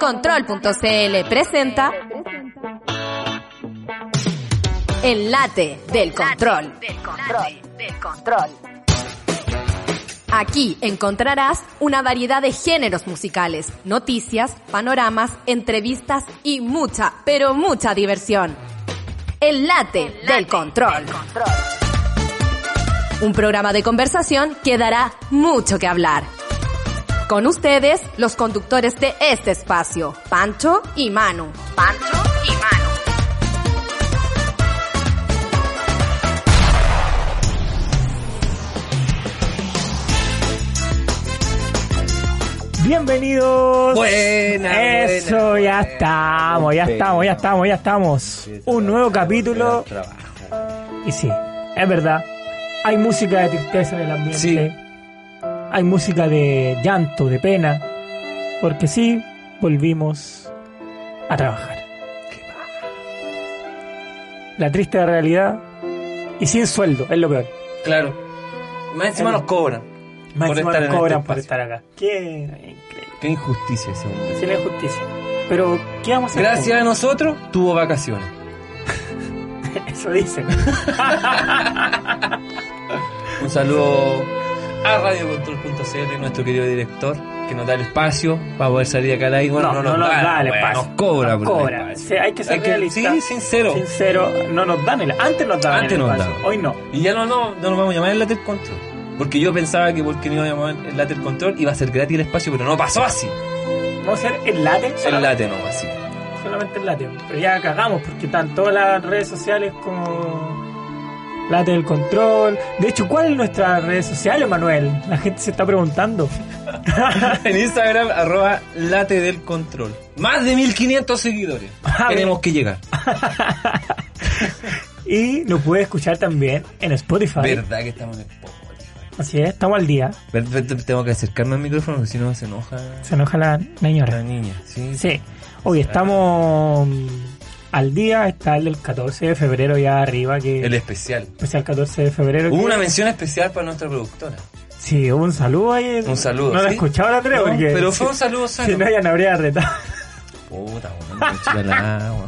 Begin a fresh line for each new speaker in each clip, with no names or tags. Radiocontrol.cl presenta Enlate del Control. Aquí encontrarás una variedad de géneros musicales, noticias, panoramas, entrevistas y mucha, pero mucha diversión. Enlate del Control. Un programa de conversación que dará mucho que hablar. Con ustedes, los conductores de este espacio, Pancho y Manu. Pancho y Manu.
Bienvenidos.
Buena, buena,
Eso, ya
buena.
estamos, ya
Perfecto.
estamos, ya estamos, ya estamos. Un nuevo capítulo. Y sí, es verdad. Hay música de tristeza en el ambiente.
Sí.
Hay música de llanto, de pena. Porque sí, volvimos a trabajar. La triste realidad. Y sin sueldo, es lo peor.
Claro. Más encima nos cobran.
Más
Por
encima
estar
nos
en este
cobran por
espacio.
estar acá. Qué increíble.
Qué injusticia ese hombre.
Sí, la injusticia. Pero, ¿qué vamos a hacer?
Gracias a nosotros tuvo vacaciones.
Eso dicen.
Un saludo a radiocontrol.cl, nuestro querido director, que nos da el espacio para poder salir acá al aire. Bueno,
No,
no,
no
nos, da,
el
weón,
espacio.
Nos cobra,
Nos
por el
cobra.
espacio.
Sí, hay que ser realistas.
Sí, sincero.
Sincero, no nos dan el. Antes nos daban
Antes
el
nos
espacio,
daban.
Hoy no.
Y ya no, no, no nos vamos a llamar el Later Control. Porque yo pensaba que porque no iba a llamar el Later Control iba a ser gratis el espacio, pero no pasó así.
Vamos a hacer el late.
El
solamente-
late no, así.
Solamente el late. Pero ya cagamos porque están todas las redes sociales como. Late del control. De hecho, ¿cuál es nuestra red social, Manuel? La gente se está preguntando.
En Instagram, arroba late del control. Más de 1500 seguidores.
Ah,
Tenemos que llegar.
Y nos puede escuchar también en Spotify.
Verdad que estamos en Spotify.
Así es, estamos al día.
Ver- ver- Tengo que acercarme al micrófono porque si no se enoja
Se enoja la señora.
la niña. Sí.
Sí, hoy estamos mm, al día, está el del 14 de febrero ya arriba, que
El especial.
especial 14 de febrero.
Hubo
que-
una mención especial para nuestra productora.
Sí, hubo un saludo ahí.
Un saludo,
No lo
¿sí?
escuchaba la tres,
No,
porque
pero
si-
fue un saludo
Si
sano.
no, ya no habría retado.
Puta, weón, me eché al agua.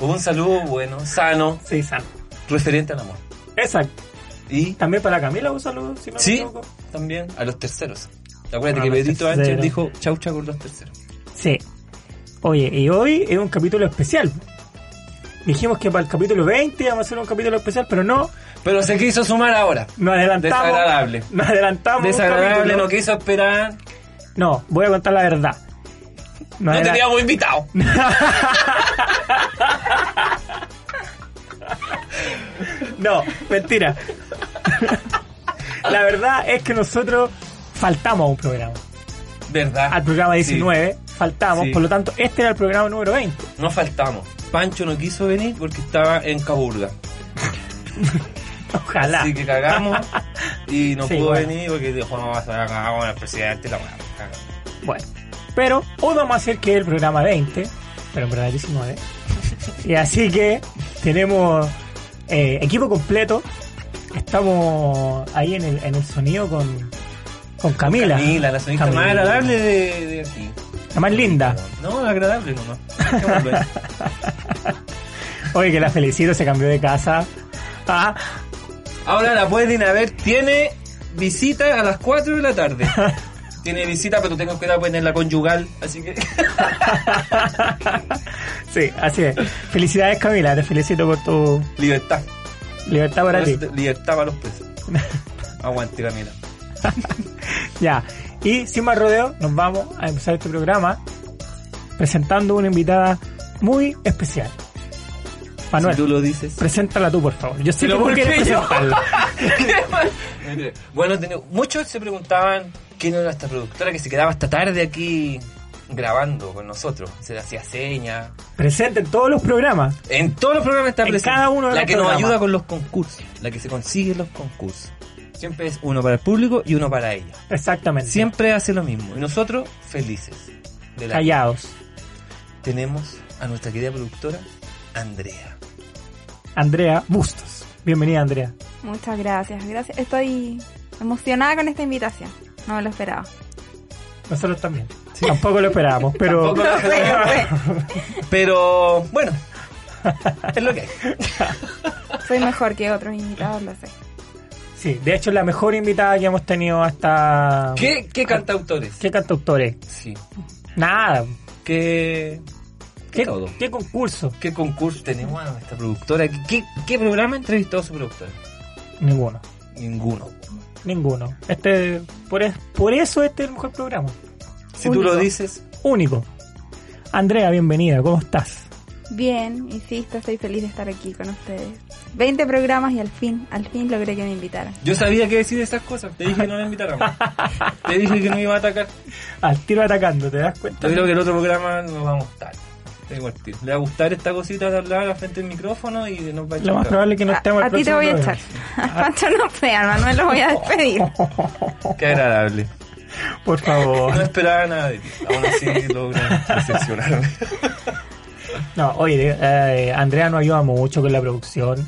Hubo un saludo bueno, sano,
Sí, sano.
referente al amor.
Exacto.
Y
También para Camila un saludo, si no me
sí,
equivoco.
también a los terceros. Acuérdate
A
que
los
Pedrito Ángel
terceros.
dijo chau chau con los terceros.
Sí. Oye, y hoy es un capítulo especial. Dijimos que para el capítulo 20 íbamos a hacer un capítulo especial, pero no,
Pero se quiso sumar ahora.
nos adelantamos.
Desagradable.
Nos adelantamos. un
Desagradable,
capítulo.
no quiso esperar.
No, voy a contar la verdad. Nos
No
adela-
teníamos invitado.
No, mentira. La verdad es que nosotros faltamos a un programa.
¿Verdad?
Al programa 19 faltamos,
Ah, Sí.
por lo tanto este era el programa número 20.
No faltamos. Pancho no quiso venir porque estaba en Caburga.
Ojalá.
Así que cagamos y no
Sí,
pudo
bueno.
venir porque dijo no vas a cagar con el presidente la weá, caga.
Bueno, pero hoy vamos a hacer que es el programa 20, pero en verdad 19. Y así que tenemos eh, equipo completo. Estamos ahí en el, en el sonido con, con Camila.
Camila, la sonista
Camila.
más agradable de, de aquí.
La más linda.
No, agradable nomás. Dejémoslo ahí.
Oye, que la felicito, se cambió de casa. Ah,
Ahora la pueden ir a ver. Tiene visita a las 4 de la tarde. Tiene visita, pero tengo cuidado pues, en la conyugal. Así que.
sí, así es. Felicidades Camila, te felicito por tu
Libertad.
libertad para ti.
Libertad para los presos. Aguante, Camila.
Ya. Y sin más rodeo, nos vamos a empezar este programa presentando una invitada muy especial. Manuel,
Si tú lo dices.
preséntala tú, por favor. Yo sé que
Pero
tú
¿por qué
quieres
yo?
presentarla.
Mire, bueno, tenía- muchos se preguntaban quién era esta productora que se quedaba hasta tarde aquí grabando con nosotros. Se le hacía señas.
Presente en todos los programas.
En todos los programas está
En
presente.
cada uno de
la
los
que
programas.
nos ayuda con los concursos, la que se consigue en los concursos. Siempre es uno para el público y uno para ella.
Exactamente.
Siempre hace lo mismo. Y nosotros, felices. De la
Callados.
Tenemos a nuestra querida productora, Andrea.
Andrea Bustos. Bienvenida, Andrea.
Muchas gracias, gracias. Estoy emocionada con esta invitación. No me lo esperaba.
Nosotros también. Tampoco lo esperábamos, pero.
Tampoco- Pero bueno, es lo que hay.
Soy mejor que otros invitados, lo sé.
Sí, de hecho es la mejor invitada que hemos tenido hasta.
¿Qué, qué cantautores?
¿Qué cantautores?
Sí.
Nada.
¿Qué,
¿Qué,
Todo.
qué concurso?
qué concurso tenemos a nuestra productora? ¿Qué, qué programa ha entrevistado su productora?
Ninguno.
Ninguno.
Ninguno. Este, por, es- por eso este es el mejor programa.
Si tú
Único.
lo dices,
Único. Andrea, bienvenida, ¿cómo estás?
Bien, insisto, estoy feliz de estar aquí con ustedes. 20 programas y al fin, al fin logré que me invitaran.
yo sabía que decir esas cosas. Te dije que no la invitáramos. Te dije que no iba a atacar.
Al tiro atacando, ¿te das cuenta?
Yo creo que el otro programa nos va a gustar. Te digo al tiro. Le va a gustar esta cosita de hablar al frente del micrófono y nos va a
Lo más
chocar.
probable es que no
A,
estemos el
a ti te
próximo
voy a
programa.
echar. A Pancho no fea, Manuel lo voy a despedir.
Qué agradable.
Por favor.
No esperaba nada de ti. Aún así logran decepcionarme.
No, oye, eh, Andrea nos ayuda mucho con la producción.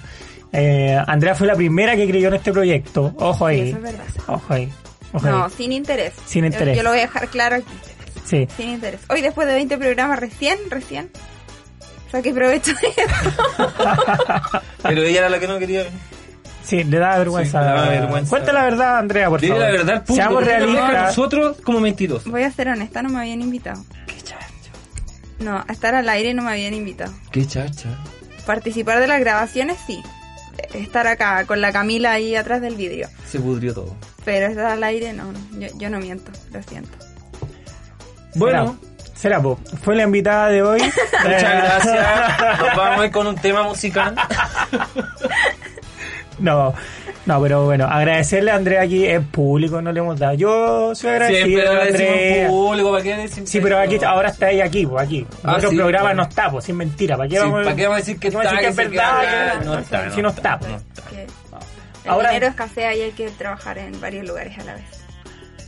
Eh, Andrea fue la primera que creyó en este proyecto. Ojo ahí.
Sí, eso es verdad.
Ojo ahí. Ojo
No,
ahí.
sin interés.
Sin
Yo-
interés.
Yo, lo voy a dejar claro aquí.
Sí.
Sin interés. Hoy después de 20 programas recién, recién. Saqué provecho de esto.
Pero ella era la que no quería.
Sí, le da vergüenza.
Sí, le da vergüenza.
Cuenta la verdad, Andrea, por
Dile
favor.
la verdad al público.
Seamos
no te dejes a
realistas.
Nosotros como mentirosos.
Voy a ser honesta, no me habían invitado.
Qué chacha.
No, a estar al aire no me habían invitado.
Qué chacha.
Participar de las grabaciones, sí. Estar acá con la Camila ahí atrás del vidrio.
Se pudrió todo.
Pero estar al aire, no. no. Yo, yo no miento, lo siento.
Bueno, Eh,
Será, po. Fue la invitada de hoy.
muchas gracias. Nos vamos a ir con un tema musical.
No, no, pero bueno, agradecerle a Andrea aquí en público, no le hemos dado. Yo soy
Siempre
agradecido a
lo decimos en
Andrea.
público. ¿Para qué decimos?
Sí, pero aquí ahora está ella aquí, pues aquí. En
Ah,
otros
sí,
programas
bueno.
no está, pues sin mentira. ¿Para qué,
Sí,
vamos,
¿para qué vamos a decir que
vamos a
está,
decir que es
que se queda
verdad?
acá?
que
No está,
si
no
no está.
está.
pues.
Que el
Ahora-
dinero escasea y hay que trabajar en varios lugares a la vez.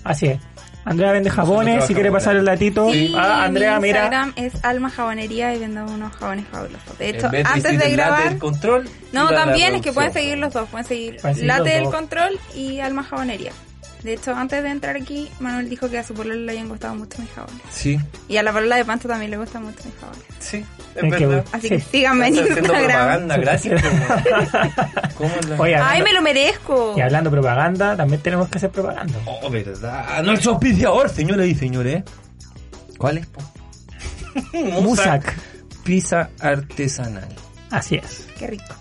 Así es. Andrea vende jabones, si
trabajamos
quiere pasar el latito.
Sí,
Ah, Andrea,
mi
mira.
Instagram es Alma Jabonería y vendo unos jabones fabulosos. De
En
hecho,
vez
antes
decir
de
el late
grabar...
del control.
No,
iba a la
también es que
producción.
pueden seguir los dos, pueden seguir
Pueden seguir
Late
los
del
dos.
Control y Alma Jabonería. De hecho, antes de entrar aquí, Manuel dijo que a su pololo le habían gustado mucho mis jabones.
Sí,
Y a la polola de Pancho también le gustan mucho mis jabones.
sí, es
Es que-
verdad.
Así
Sí.
que síganme en
Estás haciendo
Instagram.
propaganda, gracias. por- ¿Cómo la...
Oye,
Ay,
hablando-
me lo merezco.
y hablando de propaganda, también tenemos que hacer propaganda.
Oh, verdad. Nuestro auspiciador, señores y señores. ¿Cuál es? po?
Musac.
Pizza artesanal.
Así es.
Qué rico.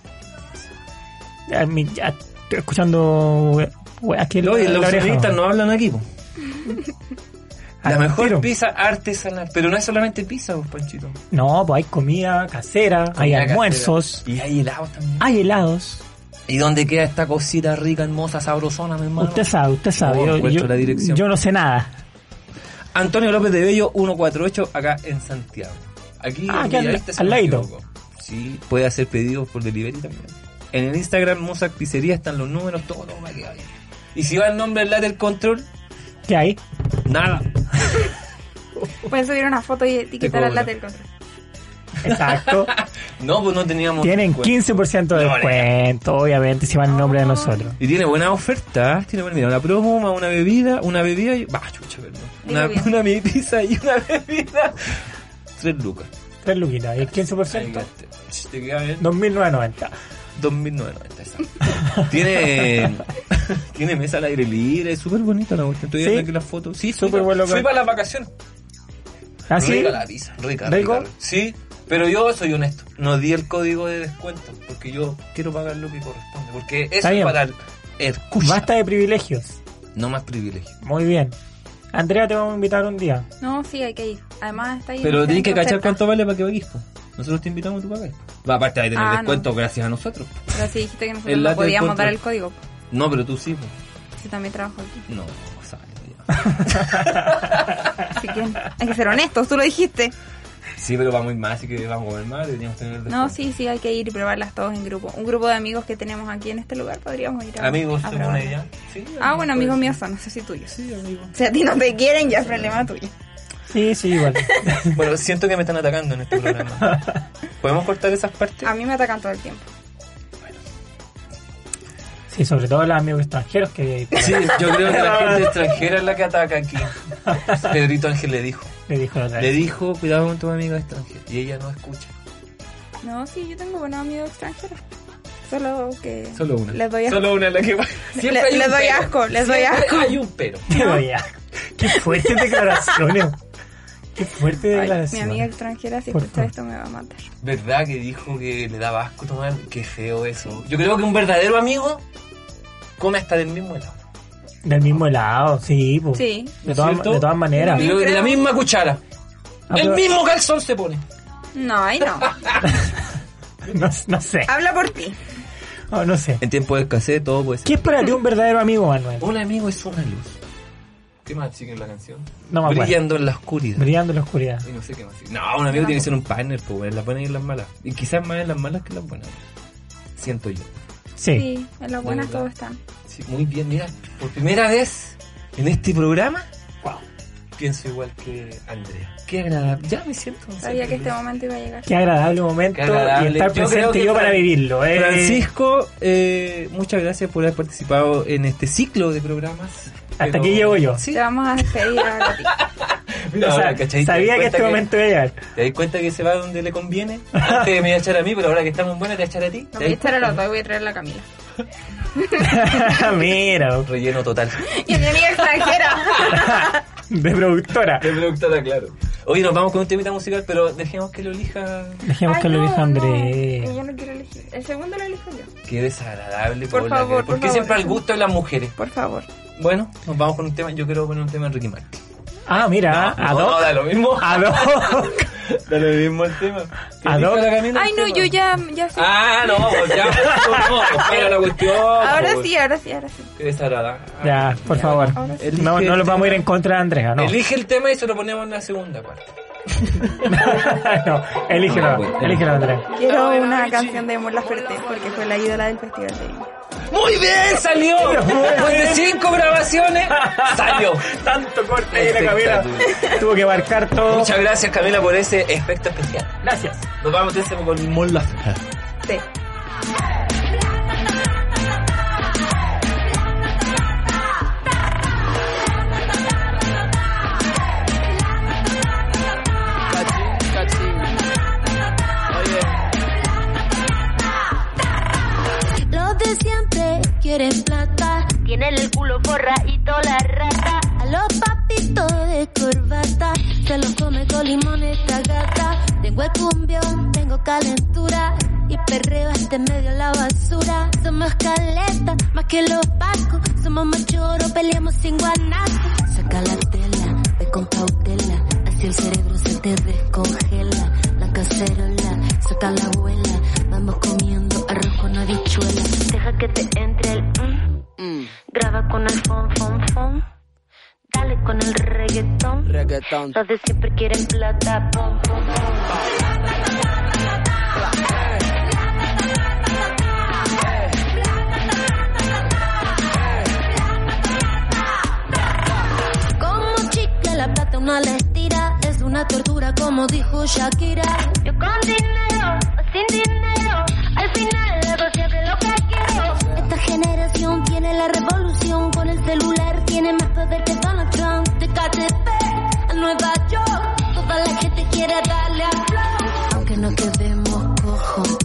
A mí- ya estoy escuchando. we- we- Aquí en la-
Oye,
en
los
la oreja,
periodistas
¿no?
no hablan aquí. po. La
Al
mejor
tiro.
pizza artesanal. Pero no es solamente pizza, vos, Panchito.
No, pues hay comida casera, hay
Comida
almuerzos,
casera. Y hay helados también.
hay helados.
¿Y dónde queda esta cosita rica, hermosa, sabrosona, mi hermano?
Usted sabe, usted sabe.
No,
yo-
Oh, encuentro
yo,
la dirección.
yo no sé nada.
Antonio López de Bello, 148, acá en Santiago. Aquí
Ah,
en
aquí al-
Villavista, si
al
no me
ladito.
equivoco. Sí, puede hacer pedidos por delivery también. En el Instagram Mossack Pizzería están los números, todo, todo para que vayan. Y si va el nombre al lado del control,
¿Qué hay?
nada.
Pueden subir una foto y etiquetar
Te
al
cobro.
Late del Control.
Exacto.
No, pues no teníamos.
Tienen
descuento.
15% de
No,
descuento, obviamente, si van en nombre de nosotros.
Y tiene buena oferta, ¿eh? tiene buena, mira, una promo, más una bebida, una bebida y... Bah, chucha, perdón.
Digo
Una,
bien.
una mini pizza y una bebida. Tres lucas.
Tres luquitas, ¿eh? y el 15%,
Ahí gaste. Te queda bien.
2.990.
2990, exacto. tiene, tiene mesa al aire libre, es súper bonita la cuestión. Estoy
Sí.
viendo aquí las fotos. Sí,
Súper
fui pa-
buen local.
Fui para las vacaciones.
Así,
Rica la pizza, rica,
¿Rico?
rica. Sí, pero yo soy honesto. No di el código de descuento porque yo quiero pagar lo que corresponde. Porque eso
Está
es
bien.
para el escucha,
basta de privilegios.
no más privilegio.
Muy bien. Andrea, te vamos a invitar un día.
No, sí, hay que ir. Además está ahí. en
Pero
el
tienes que
centro
cachar
cerca.
cuánto vale para que vayas. po. Nosotros te invitamos a tu papel. Va, aparte de tener
Ah, no.
descuento gracias a nosotros. po.
Pero sí dijiste que nosotros
El
no
Late del
podíamos
Control.
dar el código.
No, pero tú sí. po.
Si también trabajo aquí.
No, pues, sale. ya.
Así que hay que ser honestos, tú lo dijiste.
Sí, pero vamos a ir más, así que vamos a comer más. Deberíamos tener
No,
descuento.
sí, sí, hay que ir y probarlas todos en grupo. Un grupo de amigos que tenemos aquí en este lugar podríamos ir a.
Amigos,
a
según
probarlas.
ella. Sí,
Ah, bueno, amigos
puede
míos son, no sé si tuyos.
ser. Sí, amigo.
Si a ti no te quieren, ya es problema tuyo.
Sí, sí, igual.
Bueno, siento que me están atacando en este programa.
Ah.
¿Podemos cortar esas partes?
A mí me atacan todo el tiempo.
Sí, sobre todo los amigos extranjeros que
Sí, yo creo que la gente extranjera es la que ataca aquí. Pedrito Ángel le dijo.
le dijo la otra
Le
vez.
dijo, cuidado con tus amigos extranjeros. Y ella no escucha.
No, sí, yo tengo buenos amigos extranjeros. Solo que.
Solo una.
Les doy asco.
Solo una la que
Le-
hay un
les doy
pero.
asco, les doy
Siempre
asco.
Hay un pero.
Te voy a- Qué fuertes declaraciones. Qué fuerte
Ay, mi
declaración.
amiga extranjera, si
Por
escucha
favor.
esto, me va a matar.
¿Verdad que dijo que le daba asco tomar? Qué feo eso. Yo creo que un verdadero amigo come hasta del mismo helado.
Del mismo helado, sí, po.
Sí.
De todas,
¿Cierto?
de todas maneras.
Yo creo que de la
creo.
misma cuchara.
Ah,
El
pero-
mismo calzón se pone.
No, ahí no.
No, no sé,
Habla por ti.
Oh, no sé.
En tiempo de escasez todo puede
¿Qué es para ti un verdadero amigo, Manuel?
Un amigo es una luz. ¿Qué más sigue en la canción?
No me acuerdo.
Brillando en la oscuridad.
Brillando en la oscuridad.
Y no sé qué más. sigue. No, un amigo tiene que ser un partner, pues, en las buenas y en las malas. Y quizás más en las malas que en las buenas. Siento yo.
Sí.
Sí, en las buenas
verdad.
todos están.
Sí, muy bien, mira, por primera vez en este programa, wow, pienso igual que Andrea. Qué agradable, ya me siento.
Sabía que este momento iba a llegar.
Qué agradable momento
Qué agradable.
y estar
Yo creo
presente
que
yo para
Fran-
vivirlo. eh.
Francisco, eh, muchas gracias por haber participado en este ciclo de programas.
Hasta aquí llego yo.
Sí,
Te vamos a despedir ahora a ti.
mira,
O sea,
ahora, ¿cachai? ¿Te
sabía
das
que este
cuenta
momento iba a llegar.
¿Te das cuenta que se va donde le conviene? Antes me iba a echar a mí, pero ahora que estamos en buena, te voy a echar a ti.
No
¿Te
voy a
das
estar a los
cuenta?
dos, voy a traer a la Camila.
Mira,
Relleno total.
Y a mi amiga extranjera.
de productora.
De productora, claro. Hoy nos vamos con un temita musical, pero dejemos que lo elija.
Dejemos que
Ay,
lo
no,
elija
no,
Andrés.
Yo no quiero elegir. El segundo lo elijo yo.
Qué desagradable.
Por
Paola,
favor,
que- ¿Por
por
qué
favor.
siempre al gusto de las mujeres?
Por favor.
Bueno, nos vamos con un tema. Yo quiero poner un tema de Ricky Martin.
Ah, mira,
No,
ad
no,
hoc.
da lo mismo.
Ad hoc.
Da lo mismo el tema.
¿A
Elijo
dónde?
la camina
Ay,
el
no,
tema.
yo ya, ya sé.
Ah, no, pues ya. No, espera la cuestión.
ahora
pues.
sí, ahora sí, ahora sí.
Qué desagradable.
Ya, por favor.
ahora sí.
No,
Elige
no
el
lo vamos
tema.
a ir en contra de Andrea, no.
Elige el tema y se lo ponemos en la segunda parte.
no,
Ah,
elígelo,
bueno.
elígelo, Andrea.
Quiero una canción de Mola Ferté porque fue la ídola del festival de Viña.
¡Muy bien! ¡Salió! Después de cinco grabaciones, salió.
Tanto corte ahí en la cabina. Tuvo que marcar todo.
Muchas gracias, Camila, por ese efecto especial.
gracias.
Nos vamos entonces con Mon Laferte.
Sí.
Cachín, cachín. Oye,
Los de siempre quieren plata. Tienen el culo forradito la rata. A los papitos de corbata. Se los come con limón esta gata. Tengo el cumbión, tengo calentura. Y perreo este medio la basura. Somos caletas, más que los pacos. Somos machoros, peleamos sin guanaco. Saca la tela, ve con cautela. Así el cerebro se te descongela. La cacerola, saca la abuela. Vamos comiendo arroz con habichuela. Deja que te entre el mm.
mm,
Graba con el fon, fon, fon. Dale con el reggaetón.
reggaetón.
Los de siempre quieren plata, pom, pom, pom. Como chicle la plata una la estira Es una tortura como dijo Shakira Yo con dinero o sin dinero Al final hago siempre lo que quiero Esta generación tiene la revolución Con el celular tiene más poder que Donald Trump De KTP a Nueva York Toda la gente quiere darle a flow Aunque no quedemos cojos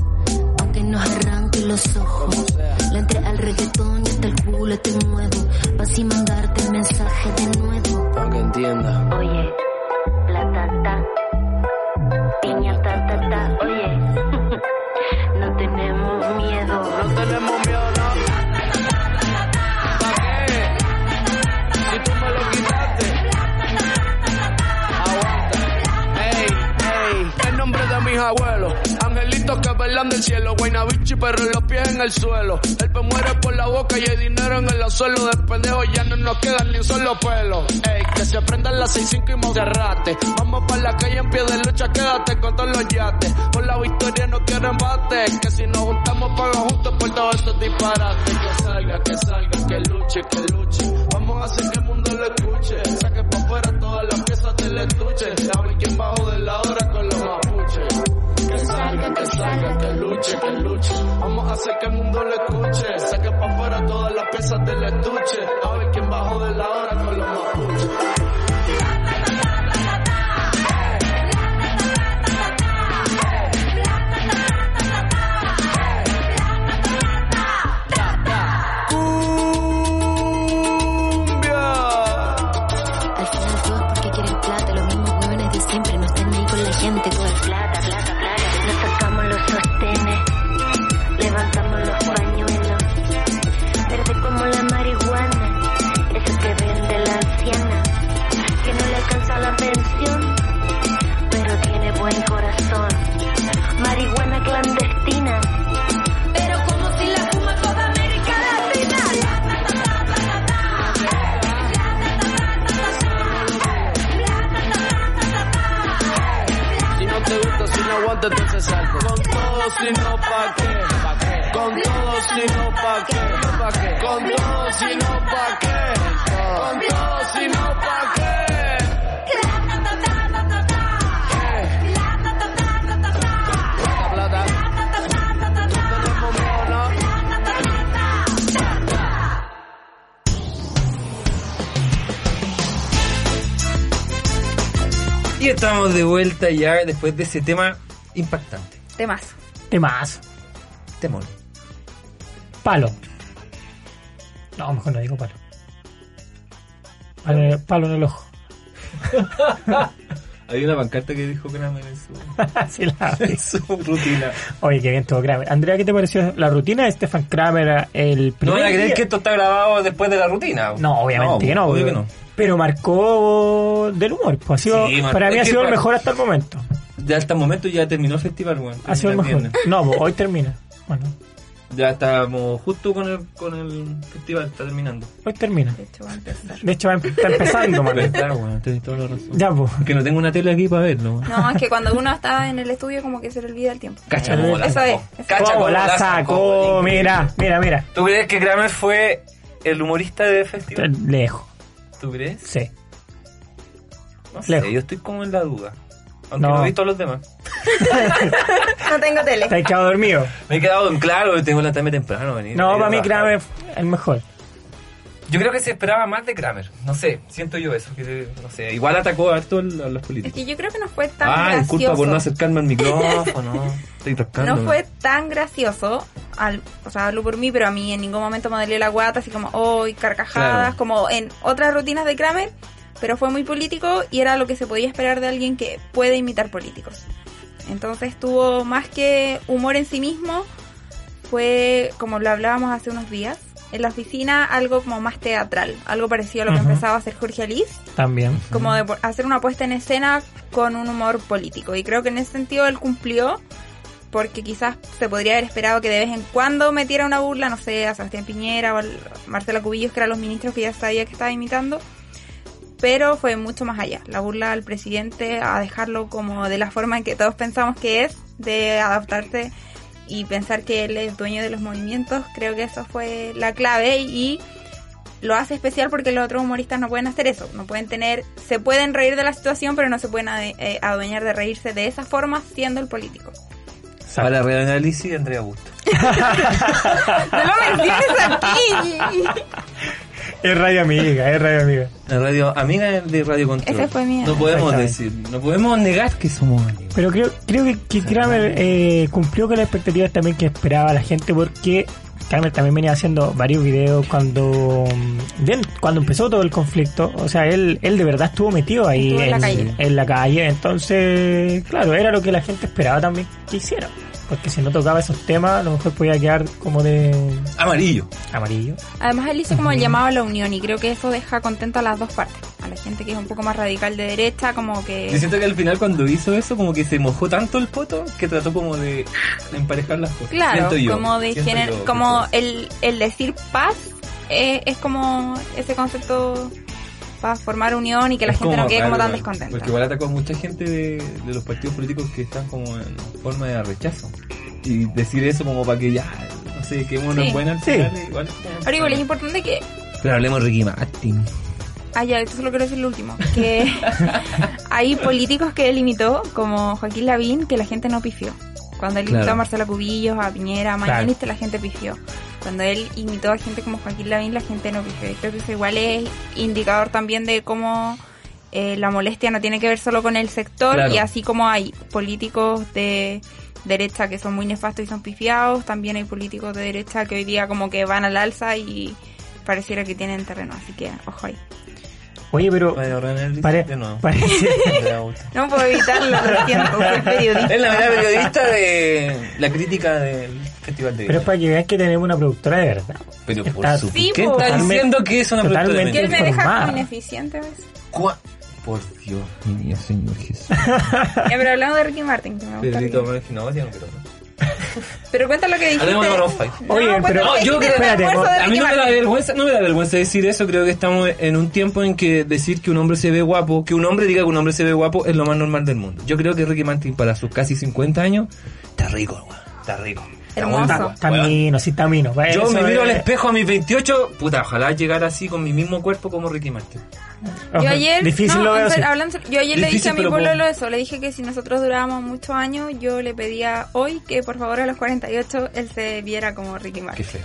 aunque nos arranque los ojos. Le entré al reggaetón y hasta el culo te muevo. Pa' así mandarte el mensaje de nuevo.
Para que entienda.
Oye, la tata, piña tata, ta, oye, no tenemos miedo.
No tenemos miedo, no. ¿Para qué? Si tú me lo quitaste. Aguanta. Ey, ey. En nombre de mis abuelos. Angelitos que velan del cielo. Guaynabichi, perro en los pies en el suelo. El pe muere por la boca y hay dinero en el suelo. De pendejo ya no nos quedan ni un solo pelo. Ey, que se prendan las 6-5 y Monserrate. Vamos para la calle en pie de lucha, quédate con todos los yates. Por la victoria no quiero embate. Que si nos juntamos, pagan juntos por todos estos disparates. Que salga, que salga, que luche, que luche. Vamos a hacer que el mundo lo escuche. Saque para afuera todas las piezas del estuche. La quien bajo de la hora con los mapuches. Que salga, que salga, que luche, que luche. Vamos a hacer que el mundo lo escuche. Saca para afuera todas las piezas del estuche. A ver quién bajó de la hora con los mapuches. Cumbia.
Al final todos porque quieren plata, los mismos hueones de siempre, no están ni ahí con la gente, todo es plata, plata, plata. Nos sacamos los sostenes, levantamos los pañuelos, verde como la marihuana, eso que vende la anciana, que no le alcanza la pensión, pero tiene buen corazón. Marihuana clandestina, pero como si la fuma toda América Latina.
Si no te gusta, si no aguanta, entonces salte. Con todo, si no, pa' qué. Con todo, si no, pa' qué. Con todo, si no, pa' qué. Con todo, si no, pa' qué. Plata, plata. No tenemos miedo, ¿no?
Y estamos de vuelta ya después de ese tema impactante.
Temazo.
Temazo.
Temor.
Palo. No, mejor no digo palo. Palo, en el- palo en el ojo.
Hay una pancarta que dijo Kramer en su,
Así la
en su rutina.
Oye, qué bien todo Kramer. Andrea, ¿qué te pareció la rutina de Stefan Kramer el
No
primer
van a creer
día?
que esto está grabado después de la rutina.
No, obviamente que no.
obvio
pero, pero marcó del humor. pues, ha sido-
Sí, marcó-
para mí
es
ha
que
sido el
para-
mejor hasta el momento.
Ya hasta el momento ya terminó el festival, weón.
Ha sido el
Termina
mejor.
viernes.
No, pues, hoy termina. Bueno,
Ya estamos justo con el, con el festival, está terminando.
hoy termina.
De hecho, Este va a empezar.
De hecho, va em- está empezando, man.
Verdad, weón, tenés toda la razón.
Ya, pues.
Que no tengo una tele aquí para verlo. weón.
No, es que cuando uno está en el estudio como que se le olvida el tiempo.
Cacha cómo la
Eso es.
sacó.
Eso es.
Cacha
¿Cómo Oh, la sacó?
increíble.
Mira, mira, mira.
¿Tú crees que Kramer fue el humorista de
Está
Eh,
festival?
Lejos,
¿Tú crees?
sí.
No sé,
Lejos.
yo estoy como en la duda. Aunque
No.
no he visto a los demás.
No tengo tele.
Está ahí quedado dormido.
Me he quedado en claro, tengo la tarde temprano. venir-
No,
venir a
para mí
trabajar.
Kramer es el mejor.
Yo creo que se esperaba más de Kramer. No sé, siento yo eso. Que, no sé, igual atacó harto al- a los
Es
políticos.
que yo creo que no fue tan
Ah,
gracioso.
disculpa por no acercarme al micrófono. Estoy tocando.
No fue tan gracioso, al, o sea, hablo por mí, pero a mí en ningún momento me dolió la guata, así como, hoy, carcajadas,
Claro.
como en otras rutinas de Kramer, pero fue muy político y era lo que se podía esperar de alguien que puede imitar políticos. Entonces tuvo más que humor en sí mismo, fue, como lo hablábamos hace unos días, en la oficina algo como más teatral, algo parecido a lo que
Ujú.
empezaba a hacer Jorge Alice,
También.
como de po- hacer una puesta en escena con un humor político. Y creo que en ese sentido él cumplió, porque quizás se podría haber esperado que de vez en cuando metiera una burla, no sé, a Sebastián Piñera o a Marcela Cubillos, que eran los ministros que ya sabía que estaba imitando. Pero fue mucho más allá. La burla al presidente, a dejarlo como de la forma en que todos pensamos que es, de adaptarse y pensar que él es dueño de los movimientos, creo que eso fue la clave y lo hace especial porque los otros humoristas no pueden hacer eso, no pueden tener, se pueden reír de la situación, pero no se pueden ade- eh, adueñar de reírse de esa forma siendo el político.
Para la reanálisis de Andrea Augusto.
No lo menciones aquí.
Es radio amiga, es radio amiga.
La radio amiga de Radio Control.
Esa fue mía.
No podemos decir,
Exactamente.
no podemos negar que somos amigos.
Pero creo, creo que, que Kramer eh, cumplió con las expectativas también que esperaba la gente porque Kramer también venía haciendo varios videos cuando mm, bien, cuando empezó todo el conflicto. O sea, él, él de verdad estuvo metido ahí
Estuvo en la
en,
calle.
en la calle. Entonces, claro, era lo que la gente esperaba también que hiciera. Porque si no tocaba esos temas, a lo mejor podía quedar como de
Amarillo.
amarillo.
Además él hizo como el llamado a la unión y creo que eso deja contenta a las dos partes, a la gente que es un poco más radical de derecha, como
Yo
que
siento que al final cuando hizo eso como que se mojó tanto el poto que trató como de emparejar las cosas.
claro,
Siento yo,
como de
siento
gener-
yo,
como
¿cachai?
el, el decir paz eh, es como ese concepto para formar unión y que la
Es
gente no quede como
claro, claro,
tan descontenta.
Porque igual atacó a mucha gente de, de los partidos políticos que están como en forma de rechazo. Y decir eso como para que ya, no sé, que uno
Sí.
es buena al
Sí.
final, igual es como-
Ahora igual es importante que
Pero hablemos de Ricky Martin.
Ah, ya, esto solo quiero decir lo último. Que hay políticos que él imitó, como Joaquín Lavín, que la gente no pifió. Cuando él
Claro.
imitó a Marcela Cubillos, a Piñera, a
Claro.
Mañanista, la gente pifió. Cuando él imitó a gente como Joaquín Lavín, la gente no pifió. Y creo que eso igual es indicador también de cómo eh, la molestia no tiene que ver solo con el sector
Claro.
y así como hay políticos de derecha que son muy nefastos y son pifiados, también hay políticos de derecha que hoy día como que van al alza y pareciera que tienen terreno, así que ojo ahí.
Oye, pero
Bueno, René,
pare-
de nuevo.
parece,
Me da gusto.
No puedo evitarlo, lo siento, soy periodista.
Es la verdad periodista de la crítica del Festival de
pero es
Viña.
para que veas que tenemos una productora de verdad.
Pero por
Está
supuesto.
Sí,
¿Qué
po.
está
Totalmente-
diciendo que es una productora
totalmente
Que
de
él me deja
informada.
como ineficiente a veces.
¿Cuá- Por Dios mío, señor Jesús.
Ya, pero hablamos de Ricky Martin, que me gusta.
Pedrito
Ricky.
Martin, no, ya no quiero hablar.
Pero cuenta lo que dijiste.
Hablemos de Maroon five.
No,
Oye,
cuenta
pero-
lo
No,
que
yo
creo-
dijiste en el
espérate,
almuerzo de
A mí
Ricky
no me da
Martin.
vergüenza, no me da vergüenza decir eso. Creo que estamos en un tiempo en que decir que un hombre se ve guapo, que un hombre diga que un hombre se ve guapo es lo más normal del mundo. Yo creo que Ricky Martin para sus casi 50 años está rico, weón. Está rico. Está muy
Hermoso.
guapo,
Está
weón.
mino, sí, está mino.
Yo
Eso
me miro
es-
al espejo a mis 28, puta, ojalá llegara así con mi mismo cuerpo como Ricky Martin.
Yo ayer,
Difícil
no,
lo veo
en serio,
así.
hablando en serio, yo ayer le dije
Difícil,
a mi
pero
pololo
puedo.
eso, le dije que si nosotros durábamos muchos años, yo le pedía hoy que por favor a los 48 él se viera como Ricky
Ah, Qué
Martin.
feo.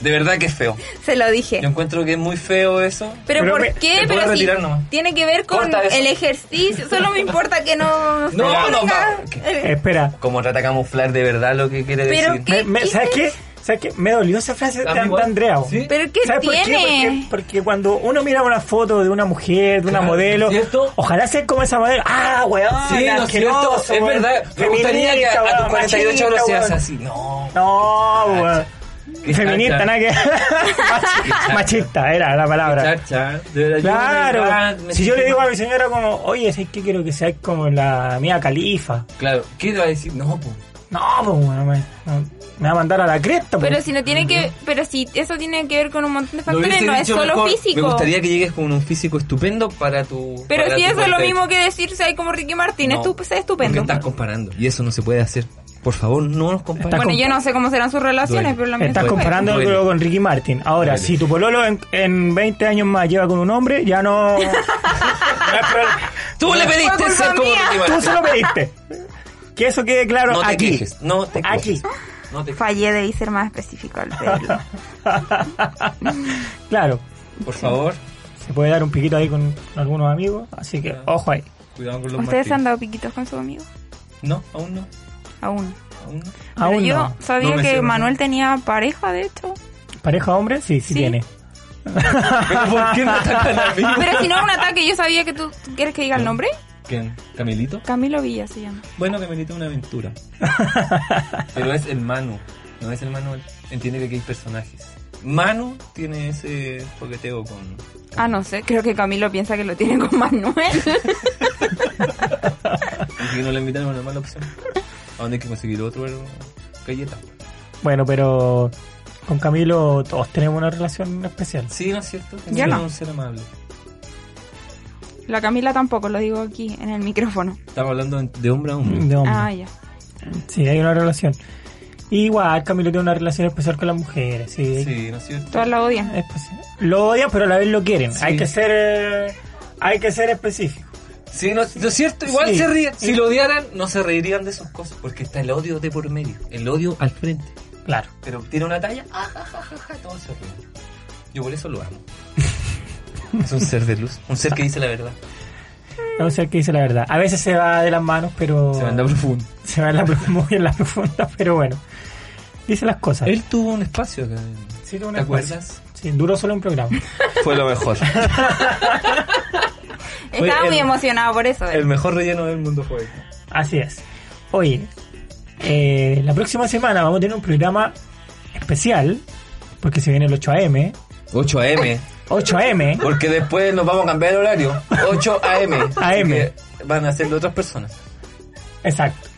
De verdad que es feo.
Se lo dije.
Yo encuentro que es muy feo eso.
Pero,
Pero
¿por
me-
qué?
me puedo
Pero si
retirar nomás.
tiene que ver con
Corta eso.
el ejercicio. Solo me importa que no...
No,
salga
no,
acá.
no.
Eh,
Espera. Eh,
Como trata de camuflar de verdad lo que quiere
Pero
decir.
¿Qué
Me- me- ¿Sabes qué?
dices?
¿Sabes qué? Me dolió esa frase
A mí
tan
igual.
tan Andrea. bo.
Sí.
¿Pero qué
¿Sabes por qué?
tiene?
Porque, porque cuando uno mira una foto de una mujer, de una
Claro,
modelo,
¿cierto?
ojalá sea como esa modelo. ¡Ah, weón!
Sí, no es cierto,
asqueroso,
es
weón,
verdad. Me
feminista,
gustaría que a, a tus
weón,
48 horas
machista,
seas
weón.
así. No.
No, weón.
Qué
Feminista,
chacha.
nada que.
chacha.
Machista era la palabra.
Chacha, de verdad, yo de verdad
Claro.
me
Si yo
siento
le digo a
mal.
mi señora como, oye, ¿sabes qué? Quiero que seas como la mía califa.
Claro, ¿qué le va a decir? No, po.
No, pues, weón, me, me va a mandar a la cresta, pues.
Pero si no tiene que... Pero si eso tiene que ver con un montón de
Lo
factores,
hubiese
no es
dicho
solo
mejor.
físico.
Me gustaría que llegues con un físico estupendo para tu.
Pero
para
si
tu
eso es lo
48.
mismo que decirse ahí como Ricky Martin,
No,
es tu- es estupendo.
Porque estás comparando. Y eso no se puede hacer. Por favor, no nos compares.
Estás
Bueno,
comp-
yo no sé cómo serán sus relaciones,
Duele.
pero la mía
Estás
fue-
comparando
Duele.
con Ricky Martin. Ahora,
Duele.
si tu pololo en, en 20 años más lleva con un hombre, ya no... no es problema.
Tú le pediste
culpa
ser como
mía.
Ricky
Tú
Martin.
se lo pediste. Que eso quede claro
No te
aquí.
quejes. No te quejes.
Aquí.
No te quejes.
Fallé de ser más específico al pelo.
Claro,
Por favor,
se puede dar un piquito ahí con algunos amigos, así que ojo ahí.
cuidado con los
¿Ustedes
Martínez.
han dado piquitos con sus amigos?
No, aún no.
Aún.
Aún no.
Pero
Aún
yo
no.
sabía
No me
que
cierro.
Manuel tenía pareja, de hecho.
¿Pareja hombre? Sí, sí,
Sí.
tiene.
¿Pero por qué me atacan a mí?
Pero si no es un ataque, yo sabía que tú... ¿tú ¿Quieres que diga el nombre?
¿Quién? ¿Camilito?
Camilo Villa se llama.
Bueno, Camilito es una aventura. Pero es el Manu, no es el Manuel. Entiende que aquí hay personajes. Manu tiene ese coqueteo con...
Ah, no sé, creo que Camilo piensa que lo tiene con Manuel.
Así que no le invitaron a una mala opción. ¿A dónde hay que conseguir otro pero- galleta?
Bueno, pero con Camilo todos tenemos una relación especial.
Sí, ¿no es cierto? Es
Ya no.
un ser amable.
La Camila tampoco, lo digo aquí, en el micrófono.
Estamos hablando de hombre a hombre.
De hombre.
Ah, ya.
Sí, hay una relación. Igual, Camilo tiene una relación especial con las mujeres. Sí,
Sí, ¿no es cierto?
Todas la odian.
Es posi- Lo odian, pero a la vez lo quieren.
Sí.
Hay que ser eh, hay que ser específico.
Sí, ¿no, ¿no es cierto? Igual
Sí.
se ríen. Si lo odiaran, no se reirían de sus cosas. Porque está el odio de por medio. El odio al frente.
Claro.
Pero tiene una talla, ah, ja, ja, ja, ja, todo se ríe. Yo por eso lo amo. es un ser de luz, un ser que dice la verdad.
No sé qué dice la verdad. A veces se va de las manos, pero
Se manda profundo.
se va en la prof- muy en la profunda, pero bueno. Dice las cosas.
Él tuvo un espacio acá.
Sí, tuvo un
¿Te
espacio.
acuerdas?
Sí, duró solo un programa.
Fue lo mejor.
Estaba
el-
muy emocionado por eso. eh.
El mejor relleno del mundo fue.
Así es. Oye, eh, la próxima semana vamos a tener un programa especial porque se viene el 8 AM.
8 a.m.
8 AM.
Porque después nos vamos a cambiar el horario. 8 a.m. Así
AM.
que Van a hacerlo otras personas.
Exacto.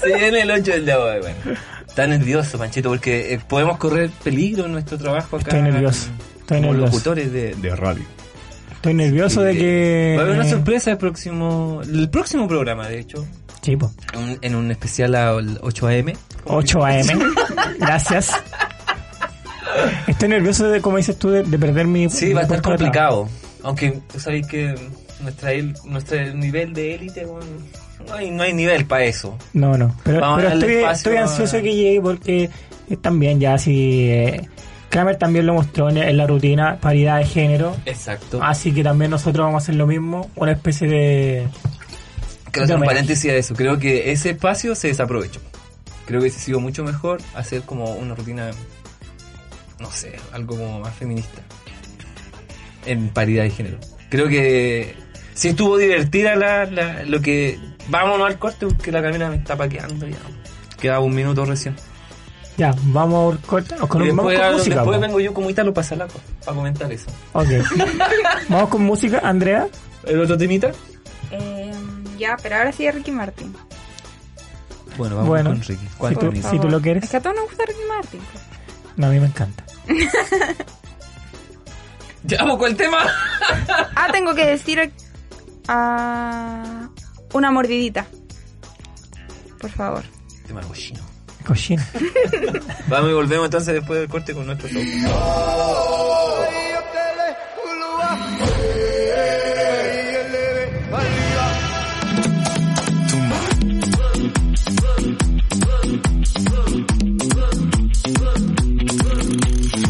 Se viene el 8 del día. Bueno. Está nervioso, Panchito, porque eh, podemos correr peligro en nuestro trabajo acá.
Estoy nervioso. Estoy
Como
nervioso.
locutores de, de radio.
Estoy nervioso de que.
Va a haber una sorpresa el próximo, el próximo programa, de hecho.
Sí, po.
Un- en un especial al 8 AM.
8 AM. Gracias. Estoy nervioso de, como dices tú, de, de perder mi.
Sí,
mi
va a estar
puesto de trabajo.
complicado. Aunque tú sabéis que nuestra, el- nuestro nivel de élite bueno, No hay, no hay nivel para eso.
No, no. Pero,
Vamos a
pero
darle
estoy,
espacio
estoy ansioso
a-
que llegue porque eh, también ya si eh, Kramer también lo mostró en, en la rutina, paridad de género.
Exacto.
Así que también nosotros vamos a hacer lo mismo, una especie de...
Quiero hacer
Dame.
un paréntesis a eso. Creo que ese espacio se desaprovechó. Creo que hubiese sido mucho mejor hacer como una rutina, no sé, algo como más feminista. En paridad de género. Creo que si estuvo divertida la, la- lo que... Vámonos al corte porque la camina me está paqueando ya. Queda un minuto recién.
Ya, vamos a cortar, con,
Y
vamos
después,
con
hablo-
música.
después
po.
vengo yo como Italo Pasalaco para comentar eso.
Ok. vamos con música, Andrea.
¿El otro temita?
Eh, ya, pero ahora sí es Ricky Martin.
Bueno, vamos
bueno,
con Ricky. ¿Cuál
si tú,
temita?
si tú lo quieres.
Es que a todos nos gusta Ricky Martin. pues.
No, a mí me encanta.
Ya, vamos con el tema.
Ah, tengo que decir ah, una mordidita. Por favor.
tema cochino.
Cochina.
Vamos y volvemos entonces después del corte con nuestro show.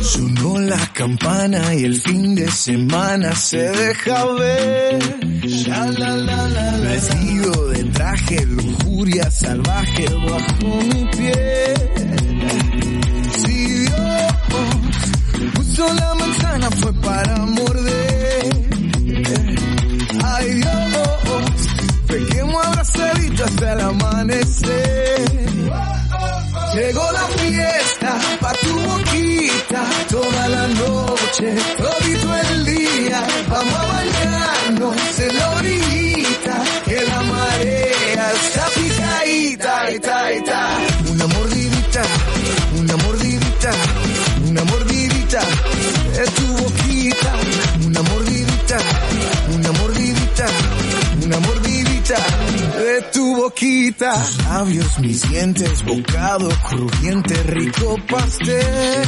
Sonó la campana y el fin de semana se deja ver. La, la, la, la, la. Vestido de traje, lujuria salvaje bajo mi piel. Si Dios puso la manzana fue para morder. Ay Dios, pequemos abrazaditos hasta el amanecer. Llegó la fiesta pa' tu boquita, toda la noche, todito el día. Vamos a bañarnos en la orillita, que la marea está picadita, ita, ita. Una mordidita, una mordidita, una mordidita, es tu boquita. Una mordidita, una mordidita, una mordidita de tu boquita. Tus labios, mis dientes, bocado crujiente, rico pastel.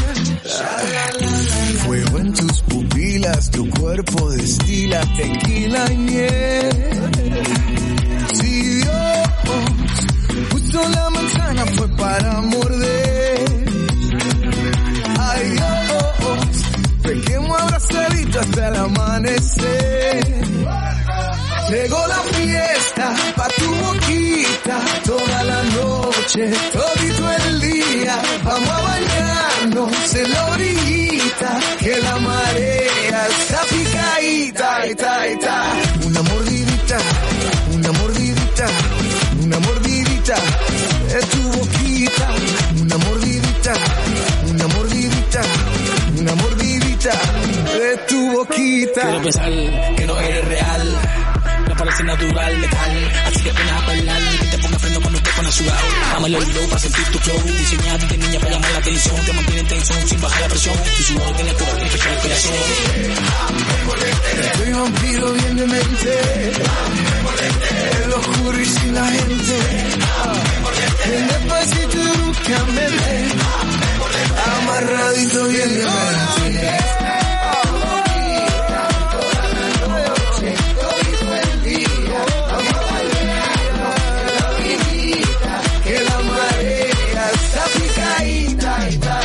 Fuego en tus pupilas, tu cuerpo destila tequila y miel. Si Dios puso la manzana fue para morder. Ay oh, Dios, pequemos abrazadito hasta el amanecer. Llegó la fiesta pa' tu boquita, toda la noche, todito el día. Vamos a bañarnos en la orillita, que la marea está picadita, ita, ita. Una mordidita, una mordidita, una mordidita, es tu boquita. Una mordidita, una mordidita, una mordidita, es tu boquita.
Quiero pensar que no eres real. Me parece natural, letal. Así que ven a bailar. Que te ponga freno cuando te pones sudado. Ama el olvido para sentir tu flow. Diseñada de niña para llamar la atención. Te mantiene en tensión sin bajar la presión. Tu sudor tiene alcohol que flecha el corazón.
Soy vampiro bien de mente, el oscuro y sin la gente. En despacito y búscame, amarradito bien de mente. Que la marea está picadita.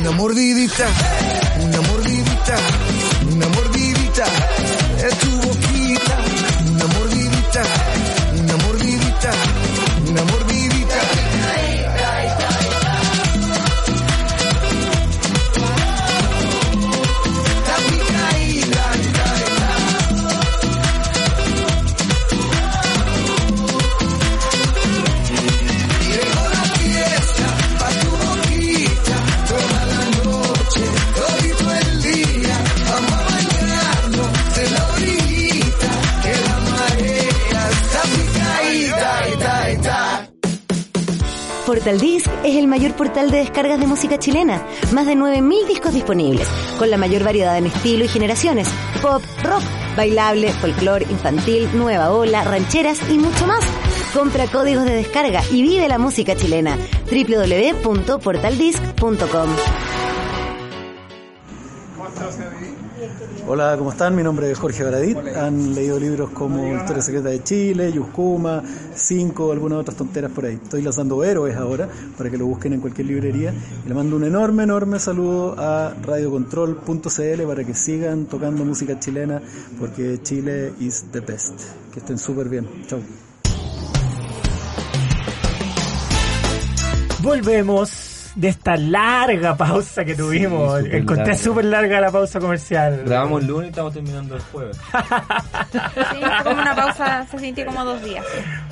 Una mordidita, una mordidita, una mordidita, es tu boquita. Una mordidita, una mordidita, una mordidita. Está picadita. Llegó la fiesta pa' tu boquita, toda la noche, todito el día, vamos a bañarnos de la orillita, que la marea está picadita, ita, ita.
Portal Disc es el mayor portal de descargas de música chilena. Más de 9.000 discos disponibles, con la mayor variedad en estilo y generaciones. Pop, rock, bailable, folclore, infantil, nueva ola, rancheras y mucho más. Compra códigos de descarga y vive la música chilena. www.portaldisc.com
Hola, ¿cómo están? Mi nombre es Jorge Baradit. Han leído libros como Historia Secreta de Chile, Yuscuma, Cinco, algunas otras tonteras por ahí. Estoy lanzando héroes ahora para que lo busquen en cualquier librería. Y le mando un enorme, enorme saludo a radiocontrol.cl para que sigan tocando música chilena porque Chile is the best. Que estén súper bien. Chau.
Volvemos de esta larga pausa que tuvimos.
súper
Encontré
larga.
súper larga la pausa comercial.
Grabamos el lunes y estamos terminando el jueves.
Sí, fue como una pausa, se sintió como dos días.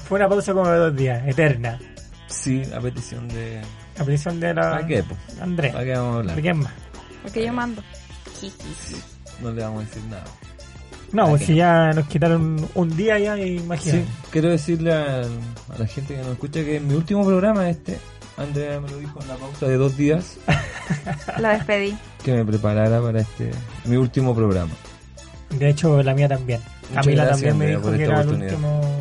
Fue una pausa como de dos días, eterna.
Sí, a petición de...
La prisión de la...
¿Para qué? po?
Andrés.
¿Para qué vamos a
¿De
hablar?
quién más?
Porque yo mando.
No le vamos a decir nada.
No, pues
¿Para
si
qué?
ya nos quitaron un día ya, imagínate.
Sí, quiero decirle al- a, la gente que nos escucha que en mi último programa este, Andrea me lo dijo en la pausa de dos días,
La despedí.
que me preparara para este, mi último programa.
De hecho, la mía también.
Muchas
Camila
gracias,
también me
Andrea,
dijo
por
que
esta
era el
oportunidad.
último,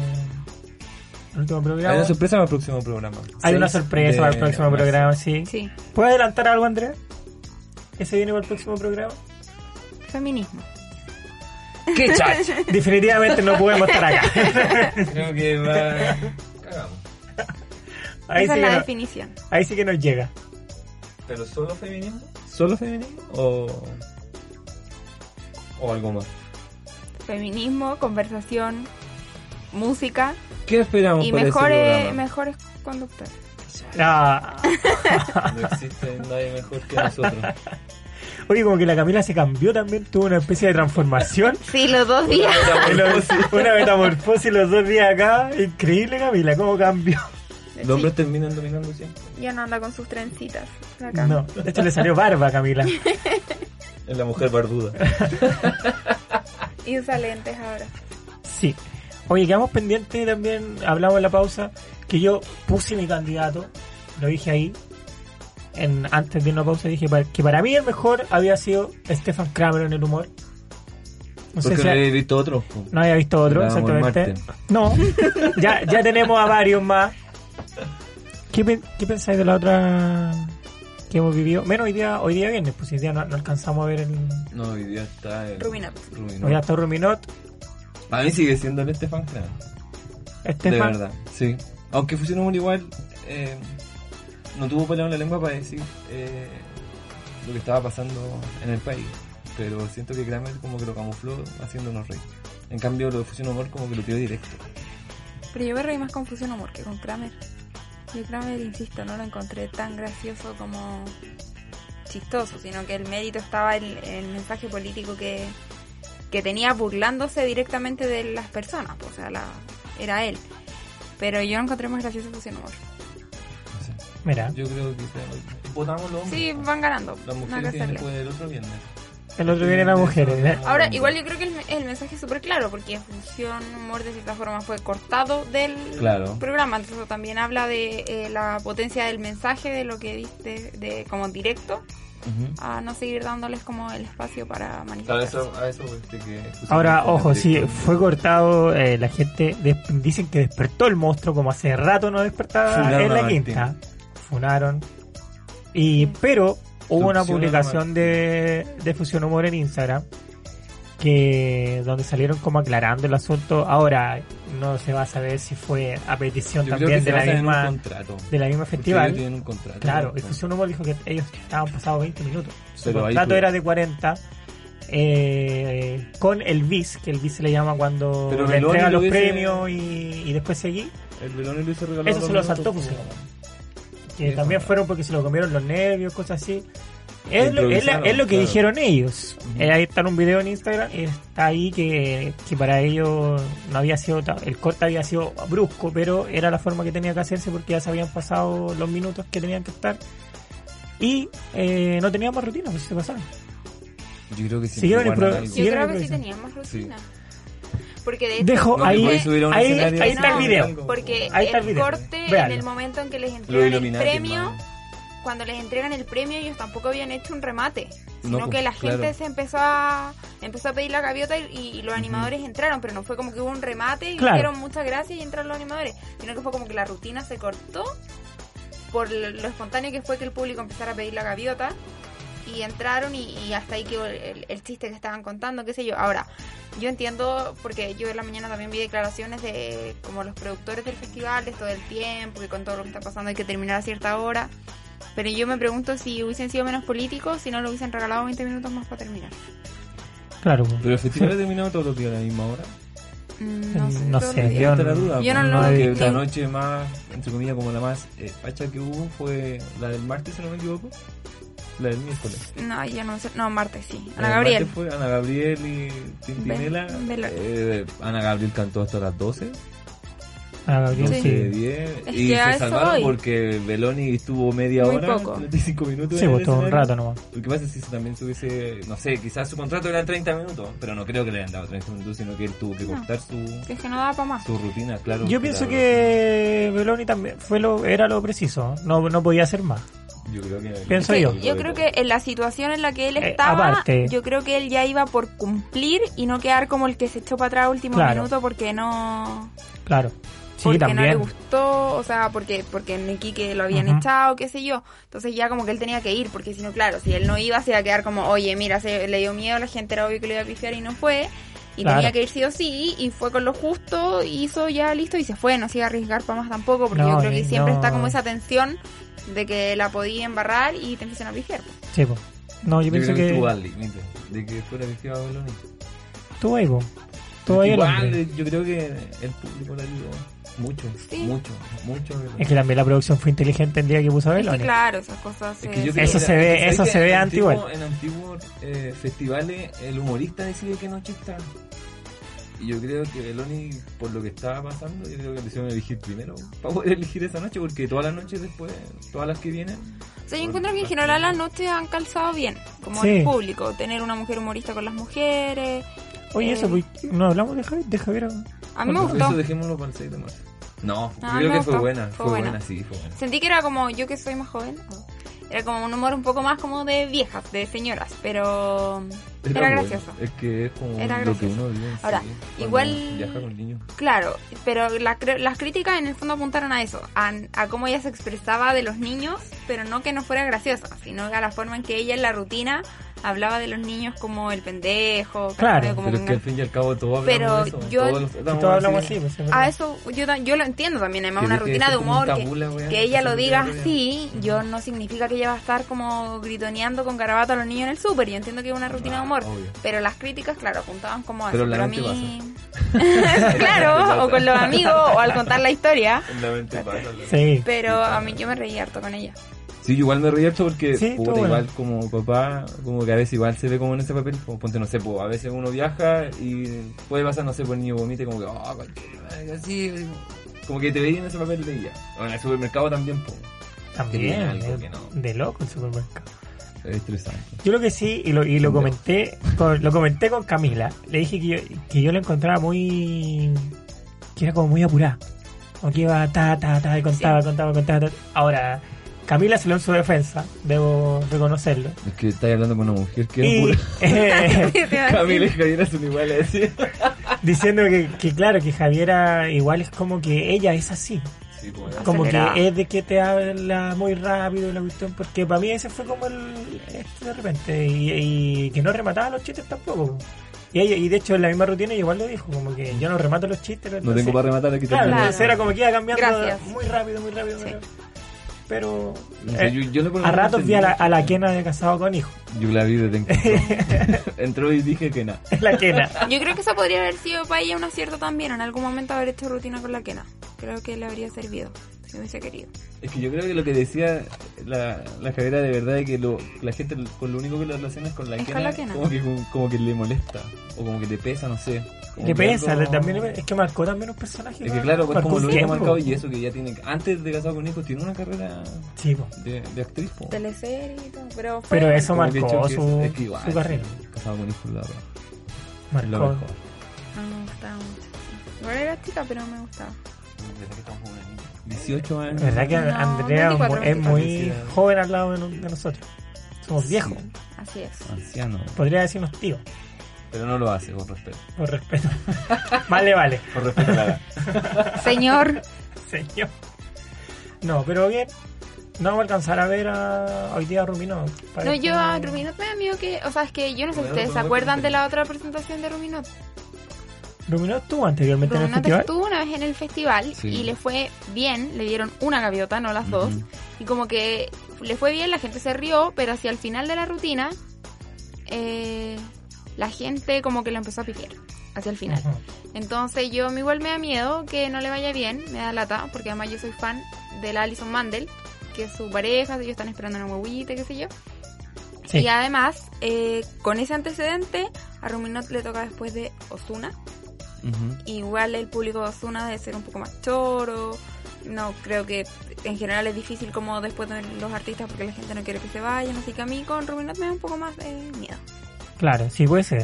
el último
Hay
programa.
una sorpresa para el próximo programa.
Hay una
Seis
sorpresa
de
para el próximo
marzo.
programa, sí.
Sí,
¿Puedes adelantar algo, Andrea? ¿Qué se viene para el próximo programa?
feminismo.
¡Qué chacha!
Definitivamente no podemos estar acá.
Creo que va... Cagamos.
ahí, sí
Esa es
que
la
no-
definición.
ahí sí que nos llega.
¿Pero solo feminismo? ¿Solo feminismo o...? ¿O algo más?
Feminismo, conversación, música
¿Qué esperamos
y eh,
para este
mejores,
ese
mejores conductores.
Ah.
programa? No existe nadie mejor que nosotros.
Oye, como que la Camila se cambió también, tuvo una especie de transformación.
Sí, los dos días.
Una metamorfosis. una metamorfosis los dos días acá. Increíble, Camila, cómo cambió.
Los hombres terminan dominando siempre.
Ya no anda con sus trencitas. Acá.
No, de hecho le salió barba a Camila.
Es la mujer barbuda.
Y usa lentes ahora.
Sí. Oye, quedamos pendientes también, hablamos en la pausa, que yo puse mi candidato, lo dije ahí, en, antes de irnos a pausa dije pa- que para mí el mejor había sido Stefan Kramer en el humor. No sé
Porque
si
no
ha-
he visto otro. po.
no había visto otro,
Hablábamos el
exactamente. No, ya, ya tenemos a varios más. ¿Qué, pe- qué pensáis de la otra que hemos vivido? Menos hoy día, hoy día viernes, pues hoy día no, no alcanzamos a ver el...
No, hoy día está el...
Ruminot.
Ruminot.
Hoy hasta Ruminot,
Para mí sigue siendo el Estefan Clan. De
Stefan...
verdad, sí. Aunque fusionó un igual, eh, no tuvo palabra en la lengua para decir eh, lo que estaba pasando en el país. Pero siento que Kramer como que lo camufló haciéndonos reír. En cambio, lo de Fusión Humor como que lo tiró directo.
Pero yo me reí más con Fusión Humor que con Kramer. Yo Kramer, insisto, no lo encontré tan gracioso como chistoso, sino que el mérito estaba en en el mensaje político que, que tenía burlándose directamente de las personas, pues, o sea, la- era él. Pero yo lo encontré más gracioso Fusión Humor.
No sé.
Mira,
Yo creo que Kramer- votamos los hombres.
Sí, van ganando.
Las
nada que
mujeres tienen
hacerle.
después del otro viernes.
el otro viene las mujeres. ¿eh?
Ahora, igual yo creo que el, el mensaje es súper claro, porque Fusión Humor de cierta forma fue cortado del
Claro.
programa, entonces eso también habla de eh, la potencia del mensaje, de lo que diste de, como directo,
Ujú.
a no seguir dándoles como el espacio para
Claro,
manifestar.
eso, a eso este, que Fusión
Ahora,
Humor
ojo,
fue
sí,
directo.
fue cortado, eh, la gente des- dicen que despertó el monstruo como hace rato no despertaba
Funaron
en
a
la
Martín.
quinta. Funaron. Y, pero hubo una
Fusionaron a
publicación de, de Fusión Humor en Instagram que donde salieron como aclarando el asunto. Ahora no se va a saber si fue a petición
Yo creo que
también
se
de la,
basa en un
misma,
contrato.
de la misma
Porque ellos
festival.
tienen un contrato.
Claro, y
Con-
Fusión Humor dijo que ellos estaban pasados 20 minutos. Su
Pero ahí
contrato
tú-
era de 40 eh, con el BIS, que el BIS se le llama cuando
Pero
le
Meloni
entregan los
lo hubiese-
premios y, y después seguí,
El Beloni lo hizo regalado.
Eso se lo saltó Fusión Humor. que
Eso,
también
claro.
fueron porque se lo comieron los nervios, cosas así. Es lo, es la-
Improvisaron,
es lo que
claro.
dijeron ellos.
Ujú.
Eh, ahí está en un video en Instagram y está ahí que, que para ellos no había sido ta- el corte había sido brusco, pero era la forma que tenía que hacerse porque ya se habían pasado los minutos que tenían que estar y eh, no tenían más rutina, pues se pasaron.
Yo creo que sí.
Siguieron
igual
el pro-
algo.
Yo
Sí, era
creo que sí
improvisado.
tenían más rutina. Porque de hecho,
Dejo
No, que
ahí,
puede subir a un
ahí,
escenario
ahí
así.
está el
No,
video.
porque
Ahí está el
el,
video.
corte en
Véanlo.
el momento en que les
Lo
entregan el
Illuminati,
premio,
man.
cuando les entregan el premio ellos tampoco habían hecho un remate, sino
pues,
que la gente
claro.
se empezó a empezó a pedir la gaviota y, y los animadores entraron, pero no fue como que hubo un remate y
Claro.
dijeron muchas gracias y entraron los animadores, sino que fue como que la rutina se cortó por lo lo espontáneo que fue que el público empezara a pedir la gaviota y entraron y, y hasta ahí quedó el, el chiste que estaban contando, qué sé yo. Ahora, yo entiendo, porque yo en la mañana también vi declaraciones de como los productores del festival, de todo el tiempo, que con todo lo que está pasando hay que terminar a cierta hora. Pero yo me pregunto si hubiesen sido menos políticos, si no lo hubiesen regalado 20 minutos más para terminar.
Claro.
Pero el festival ha terminado todos los días a la misma hora.
Mm, No sé.
No
todo
sé,
lo que-
yo-
Esta es la duda.
Yo no
pues,
lo-
que
no-
La noche más, entre comillas, como la más eh, facha que hubo fue la del martes, si no me equivoco. La del miércoles.
No, yo no sé. No, martes
Eh,
sí.
La
Ana
del
Gabriel.
Eh, martes fue Ana Gabriel y Tintinela.
Ven- velo.
Eh, Ana Gabriel cantó hasta las 12.
Ah, Gabriel,
Sí.
12,
sí.
10.
Es
Y
que a
se
eso
salvaron
voy.
porque Beloni estuvo media
Muy
hora,
poco.
35 minutos.
Sí,
en el
pues todo un
escenario.
rato nomás.
Lo que pasa es que si también se hubiese, no sé, quizás su contrato era 30 minutos, pero no creo que le hayan dado 30 minutos, sino que él tuvo que
No.
cortar su,
Que es que no daba para más.
su rutina, claro.
Yo
que
pienso
la-
que Beloni también fue lo, era lo preciso. No, no podía hacer más.
Yo creo que.
Pienso
Sí,
yo.
yo creo que en la situación en la que él
Eh,
estaba,
aparte.
yo creo que él ya iba por cumplir y no quedar como el que se echó para atrás a último
Claro.
minuto porque no
Claro. Sí,
porque no le
también.
gustó, o sea, porque porque en Iquique lo habían
Ujú.
echado, qué sé yo. Entonces ya como que él tenía que ir, porque si no, claro, si él no iba se iba a quedar como, oye, mira, se, le dio miedo, la gente era obvio que lo iba a pifiar y no fue. Y
Claro.
tenía que ir sí o sí, y fue con lo justo, hizo ya listo y se fue, no se iba a arriesgar para más tampoco, porque
No,
yo creo
y
que siempre
no.
está como esa tensión de que la podía embarrar y te empiezan a pifiar.
Sí, pues. No, yo,
Yo
pienso
creo que
que.
estuvo Aldi, ¿viste? De que fuera vestido a Beloni.
Estuvo ahí, pues. Estuvo ahí el
Igual,
hombre.
yo creo que el público le ayudó mucho,
Sí.
mucho, mucho. a Beloni.
Es que también la producción fue inteligente el día que puso a
Es que
Beloni.
claro, esas cosas
Es
se-
que yo
se-
creo
Eso
que-
se ve-
¿sabes
eso
que
se ve
en
antiguo.
antiguo- En antiguos eh, festivales, el humorista decide qué noche está. Y yo creo que Beloni, por lo que estaba pasando, yo creo que le hicieron elegir primero para poder elegir esa noche, porque todas las noches después, todas las que vienen,
O sea, yo encuentro que en general las noches han calzado bien, como
Sí.
el público, tener una mujer humorista con las mujeres.
Oye, eso, pues, no hablamos de Javier. De Javier.
A mí me
Por
gustó.
Eso dejémoslo para el 6 de marzo. No, creo
No, me
que fue
gustó.
buena,
Fue
fue,
buena.
buena. sí, fue buena.
Sentí que era como yo que soy más joven. oh, Era como un humor un poco más como de viejas, de señoras, pero era,
buena.
gracioso.
Es que es como
Era
lo que
gracioso.
uno vive. en
Ahora,
sí, cuando
igual-
Viaja con niños.
Claro, pero la cre- las críticas en el fondo apuntaron a eso, a, a cómo ella se expresaba de los niños, pero no que no fuera graciosa, sino a la forma en que ella en la rutina hablaba de los niños como el pendejo,
Claro,
¿cachai? como
Pero es
un-
que al fin y al cabo todos
Pero
hablamos de eso.
yo-
todos los-
Y todos hablamos así, pues. es
A
verdad.
eso yo, ta- yo lo entiendo también, además
Que
una
deje de
rutina
ser
de
como
humor.
un
que-
tabú la
que,
weá,
ella
eso
lo
es
diga
que yo
así, yo no significa que ella va a estar como gritoneando con garabato a los niños en el súper. Yo entiendo que es una rutina de
Ah,
humor.
obvio.
Pero las críticas, claro, apuntaban como a
Pero
eso. Pero
la
a mí. claro, o con los amigos o al contar la historia.
En la mente pasa.
Sí.
Pero a mí yo me reí harto con ella.
eh, Sí, yo igual me reí harto porque
Sí,
puta,
todo bueno.
igual como papá, como que a veces igual se ve como en ese papel, como ponte, no sé, pues, a veces uno viaja y puede pasar, no sé, pues el niño vomita y como que, oh, cualquier madre", así, eh". como que te veía en ese papel de ella. O en el supermercado también, pues,
También.
Que tiene algo
eh,
que no.
De loco el supermercado.
es estresante.
Yo lo que sí, y lo, y lo comenté con, lo comenté con Camila, le dije que yo, que yo la encontraba muy... que era como muy apurada. Como que iba ta, ta, ta, y contaba, contaba, contaba, ta. Ahora, Camila se lo en su defensa, debo reconocerlo.
Es que estáis hablando con una mujer que
y
es
eh,
pura. Camila y Javiera son iguales, así.
diciendo que, que claro, que Javiera igual es como que ella es así.
Sí, como
Como
Acelerada.
que es de que te habla muy rápido y la cuestión, porque para mí ese fue como el. esto de repente, y, y que no remataba los chistes tampoco. Y, ella- y de hecho, en la misma rutina, ella igual lo dijo, como que yo no remato los chistes.
No
entonces-
tengo para rematar aquí
Claro,
Claro.
entonces era como que iba cambiando
Gracias.
muy rápido, muy rápido. muy
Sí.
rápido. Pero.
No sé,
eh,
yo, yo le pongo
a ratos vi a la, a la
que
quena de casado con hijo.
Yo la vi desde que entró y dije que nada.
la quena.
Yo creo que eso podría haber sido para ella un acierto también, en algún momento haber hecho rutina con la Kena. Creo que le habría servido, si hubiese querido.
Es que yo creo que lo que decía la, la Javiera de verdad es que lo, la gente con lo único que lo relaciona es con la
Es con
quena,
la quena.
Como, que, como, que le molesta o como que le pesa, no sé. Como
Le
que
pesa,
algo-
le- también le- es que marcó también un personaje.
Es que
¿no?
claro, pues
Marcó
como
un
lo único
tiempo.
marcado y eso que ya tiene, antes de casado con hijos, tiene una carrera
Sí, po.
de, de actriz. po.
Teleserie y todo, pero fue
pero eso
Como que
marcó
choque eso.
su,
Es que igual,
su carrera.
Casado con hijos, la verdad. Lo
Marcó.
mejor.
No Ah, me gustaba mucho. Igual era chica, pero me gustaba.
18 años.
La verdad que
No,
Andrea
24,
es muy
25.
joven al lado de, no- de nosotros. Somos viejos.
Así es.
Anciano.
Podría decirnos tío,
Pero no lo hace, con respeto.
por respeto. vale, vale.
Con respeto a la edad.
Señor,
Señor. No, pero bien. No va a alcanzar a ver a, hoy día a este Ruminó.
No, yo a Ruminot me da miedo que. O sea, es que yo no sé si
Bueno,
ustedes se
pero-
acuerdan de la otra presentación de Ruminot.
Ruminó estuvo anteriormente ¿Este en el
Ruminot
festival.
estuvo una vez en el festival
Sí.
y le fue bien, le dieron una gaviota, no las dos. Y como que le fue bien, la gente se rió, pero hacia el final de la rutina, eh, la gente como que lo empezó a piquear. Hacia el final.
Ujú.
Entonces yo me igual me da miedo que no le vaya bien, me da lata, porque además yo soy fan de la Alison Mandel, que es su pareja, ellos están esperando una huevita, qué sé yo.
Sí.
Y además, eh, con ese antecedente, a Ruminot le toca después de Osuna.
Ujú.
Igual el público de Osuna debe ser un poco más choro. No creo que en general es difícil como después de los artistas porque la gente no quiere que se vayan. Así que a mí con Ruminot me da un poco más de miedo.
Claro, sí, puede ser.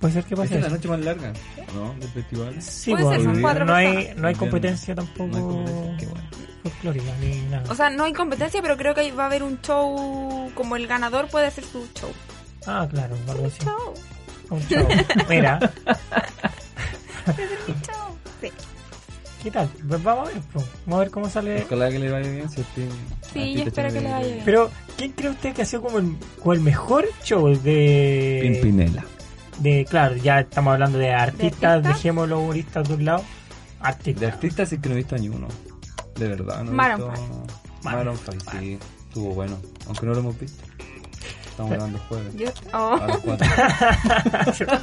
Puede ser que
Esta
pase.
es la
eso.
noche más larga, ¿no? Del festival.
Sí,
Puede
pues,
ser, son cuatro
no, hay,
personas.
no hay
Entiendo.
competencia
No hay
tampoco
competencia, qué bueno.
folclórica ni nada.
O sea, no hay competencia, pero creo que ahí va a haber un show como el ganador puede hacer su show.
ah, claro, algo así.
Show.
Un show. Mira,
Show. Sí.
¿qué tal? Pues vamos a ver, pues. vamos a ver cómo sale.
Ojalá que le vaya bien. Si a ti-
Sí,
a ti
yo
te echan
espero que
de-
le vaya bien.
Pero, ¿quién cree usted que ha sido como el, como el mejor show de...
Pimpinela.
de claro, ya estamos hablando de artistas,
artistas?
dejemos los humoristas de un lado. Artistas.
De artistas sí que no he visto ni uno. De verdad, no he
Maroon
visto... Maroon 5, sí. Estuvo bueno. Aunque no lo hemos visto. Estamos grabando jueves.
Yo, oh.
A las 4.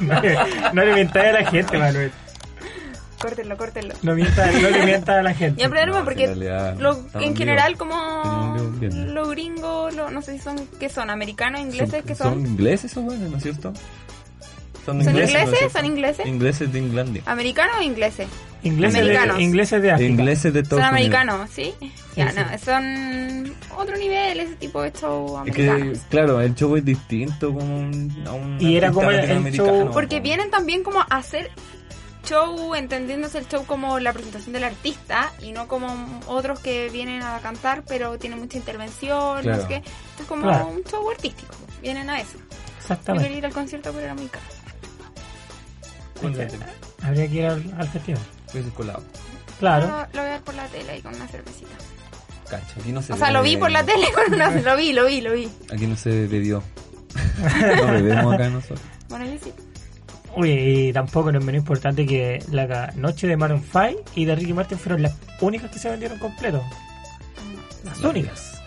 no, le- no le mientas a la gente, Manuel.
Córtenlo, córtenlo.
No, mientas, no le mientas a la gente.
Ya, pero
No,
no, porque
en realidad,
lo-
estaba en
en general
vivo.
como
Tenía un vivo en vivo.
los gringos, lo- no sé si son, ¿qué son? ¿Americanos, ingleses?
¿Son,
¿Qué
son
son?
ingleses esos güeyes, ¿no es cierto? ¿Son,
¿Son
¿no es
ingleses?
cierto?
¿Son ingleses? Ah,
Ingleses de Inglaterra.
¿Americanos o ingleses?
Ingleses de,
Americanos.
ingleses de África.
Ingleses de
Son
Estados Unidos.
americanos, ¿sí? Ya,
sí.
no, son otro nivel, ese tipo de show
Es que,
americanos.
claro, el show es distinto como un, a un
Y era
artista
como el- el
latinoamericano,
show-
Porque
como-
vienen también como a hacer show, entendiéndose el show como la presentación del artista y no como otros que vienen a cantar pero tienen mucha intervención,
Claro.
no sé qué. Esto es como
Claro.
un show artístico, vienen a eso. Yo
Exactamente.
quería ir al concierto pero era muy caro.
Cuéntate,
Habría que ir al, al festival.
pues, colado.
Claro.
Lo, lo voy a ver por la tele y con una cervecita.
Cacha, aquí no se
O sea, lo vi por la
tele
tele con una lo vi, lo vi, lo vi.
Aquí no se bebió. no bebemos acá nosotros.
Bueno, yo sí.
Oye, y tampoco no es menos importante que la ca- noche de Maroon 5 y de Ricky Martin fueron las únicas que se vendieron completo. Las únicas.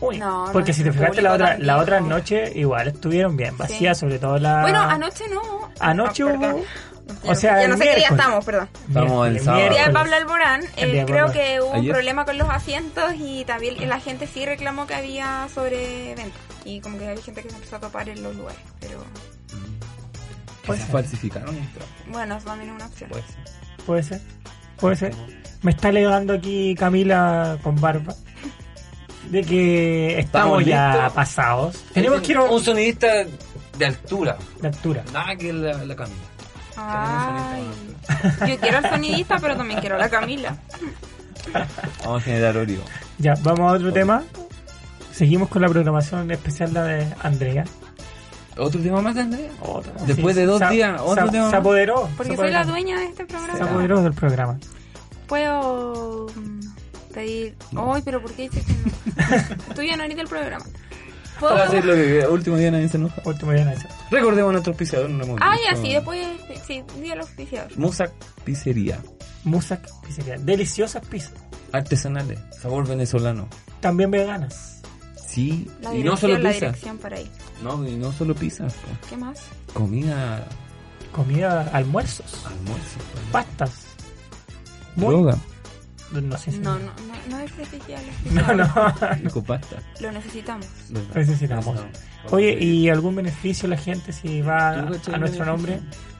Únicas.
No, no,
Porque si te
el
fijaste la
público
otra,
tan
la otra
viejo.
noche igual estuvieron bien vacías, sobre todo la...
Bueno, anoche no.
Ah.
Ah,
Anoche
perdón.
hubo-
Ya-
o sea,
ya no sé qué día
miércoles.
estamos, perdón.
Vamos al
Miércoles,
sábado.
El día de
miércoles.
Pablo Alborán,
El día
eh,
de
creo
Pablo.
que hubo
Ayer.
un problema con los asientos y también la gente sí reclamó que había sobreventa. Y como que había gente que se empezó a tapar en los lugares. Pero
Pues falsificaron el trapo.
bueno, eso también es una opción.
Puede ser.
Puede ser, puede ser. Me está alegando aquí Camila con barba de que estamos,
¿Estamos
ya
listos?
pasados. Tenemos que ir a
un
un...
sonidista de altura.
de altura.
Nada que la, la camina.
Ay, yo quiero al sonidista, pero también quiero a la Camila.
Vamos a generar Oreo.
Ya, vamos a otro tema. Seguimos con la programación especial la de Andrea.
¿Otro tema más, Andrea?
Otra.
Después de dos días, otro
se,
tema
se
más.
apoderó.
Porque
se
soy la
apoderó.
dueña de este
Se
programa.
apoderó del programa.
Puedo mm, pedir. Ay, pero ¿por qué dices que no? Tú ya no eres del programa. ¿Puedo-
Vamos a hacer lo que quiera. Último día nadie se enoja.
Último día de Nacho.
Recordemos a nuestro auspiciador. No lo hemos
Ay,
dicho.
así, después. Sí, di al auspiciador.
Musac Pizzería.
Musac Pizzería. Deliciosas pizzas.
Artesanales. Sabor venezolano.
También veganas.
Sí.
La
Y no solo
dirección,
pizzas.
la dirección para ahí.
No, y no solo pizzas. po.
¿Qué más?
Comida,
Comida, almuerzos,
almuerzo. po.
pastas. Muy-
Droga.
No sé si.
No, no, no, no es especial.
no. no.
Rico pasta.
Lo necesitamos.
¿verdad?
Necesitamos. Oye, ¿y algún beneficio la gente si va
¿Tú cachai
a
el
nuestro nombre?
beneficio?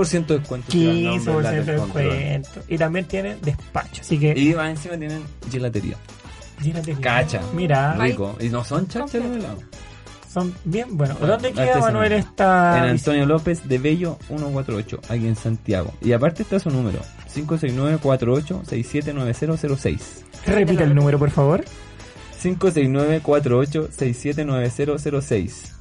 15% de descuento. si va el nombre,
15%
Lata
de
del Control.
descuento. Y también tienen despacho. Así que,
Y más encima tienen gelatería.
llénate bien.
Cacha.
Mira,
Rico. Y no son chachas
Ah, Completo.
de helado.
son bien buenos.
Bueno,
¿Dónde queda,
artesanal.
Manuel, esta
En
visita?
Antonio López de Bello 148, aquí en Santiago. Y aparte está su número, 569-48-679006.
Repita el número, por favor.
569-48-679006.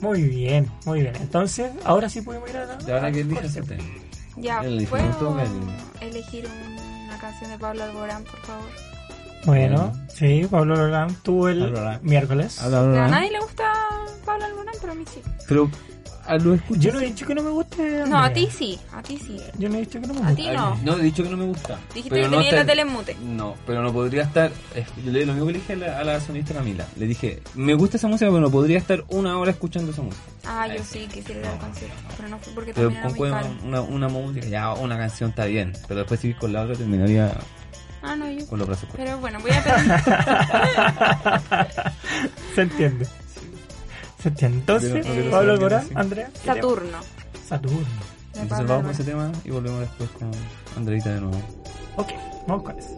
Muy bien, muy bien. Entonces, ahora sí podemos ir a la...
De ahora que elijo ese
Corte.
tema.
Ya,
El
¿puedo
instituto, el-
elegir una canción de Pablo Alborán, por favor?
Bueno, sí, Pablo Lolán tuvo el
este. Pablo Lolán.
miércoles.
Habla, habla,
A
habla.
nadie le gusta Pablo Alborán, pero a mí sí.
Pero ah, lo escucho.
Yo no he dicho que no me guste.
No, a
Andrea.
ti sí, a ti sí.
Yo no he dicho que no me
A
guste.
ti no.
No, he dicho que no me gusta.
Dijiste
Pero no
que tenías
está-
la tele en mute.
No, pero no podría estar. es- Yo le lo mismo que le dije a la, a la sonista Camila. Le dije, me gusta esa música, pero no podría estar una hora escuchando esa música.
Ah, yo sí, quisiera ir al concierto. Pero no fue porque
Pero
también era
con
muy
una,
caro.
una, una música, ya una canción está bien. Pero después seguir con la otra terminaría
Ah, no, yo.
con los brazos cortos.
Pero bueno, voy a pedir.
Se entiende. Se entiende. Entonces,
Yo no- yo no
Pablo
sé, yo no
Alborán,
sé.
Andrea. ¿qué
Saturno.
tema? Saturno.
de
Entonces
Pablo
vamos con
Alborán.
ese tema y volvemos después con Andreita de nuevo.
Ok, vamos con eso.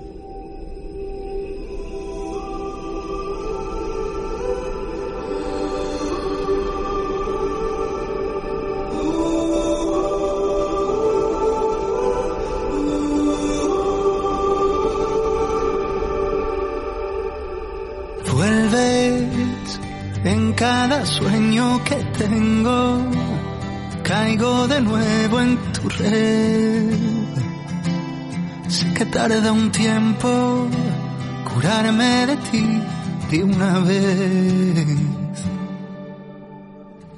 Vuelves en cada sueño que tengo, caigo de nuevo en tu red. Sé que tarda un tiempo curarme de ti de una vez.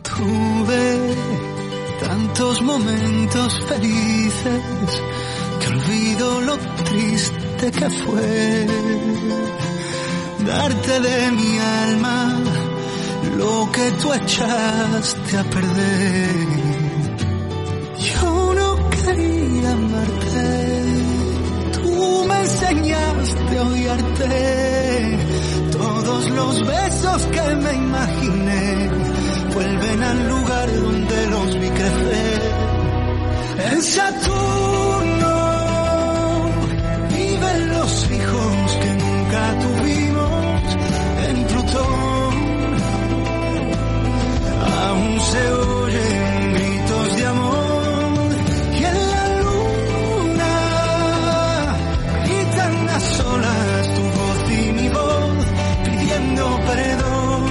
Tuve tantos momentos felices que olvido lo triste que fue darte de mi alma lo que tú echaste a perder. Yo no quería amarte, tú me enseñaste a odiarte. Todos los besos que me imaginé vuelven al lugar donde los vi crecer. En Saturno viven los hijos que nunca tuvimos en Plutón. Aún se oyen gritos de amor y en la luna gritan las olas tu voz y mi voz pidiendo perdón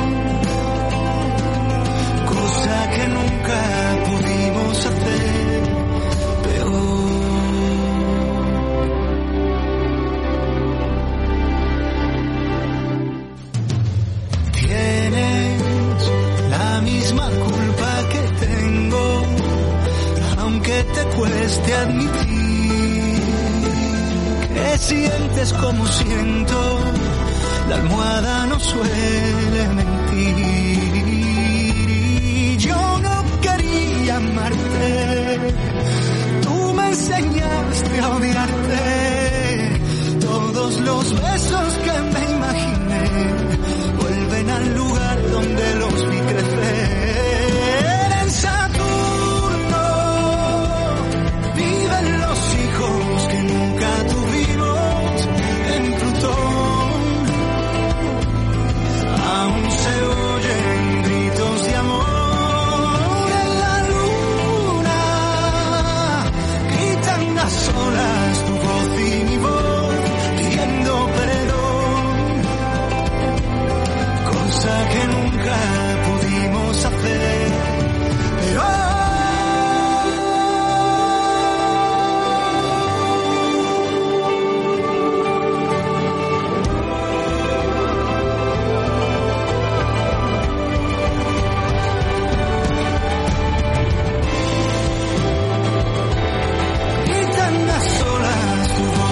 cosa que nunca pudimos hacer peor. Tienes la misma culpa que tengo, aunque te cueste admitir que sientes como siento, la almohada no suele mentir. Y Yo no quería amarte, tú me enseñaste a odiarte. Todos los besos que me imaginé vuelven al lugar donde los vi crecer. En Saturno viven los hijos que nunca tuvimos. En Plutón aún se oyen gritos de amor en la luna. Gritan las olas tu voz y mi voz pidiendo perdón, cosa que nunca pudimos hacer. Pero gritan las olas.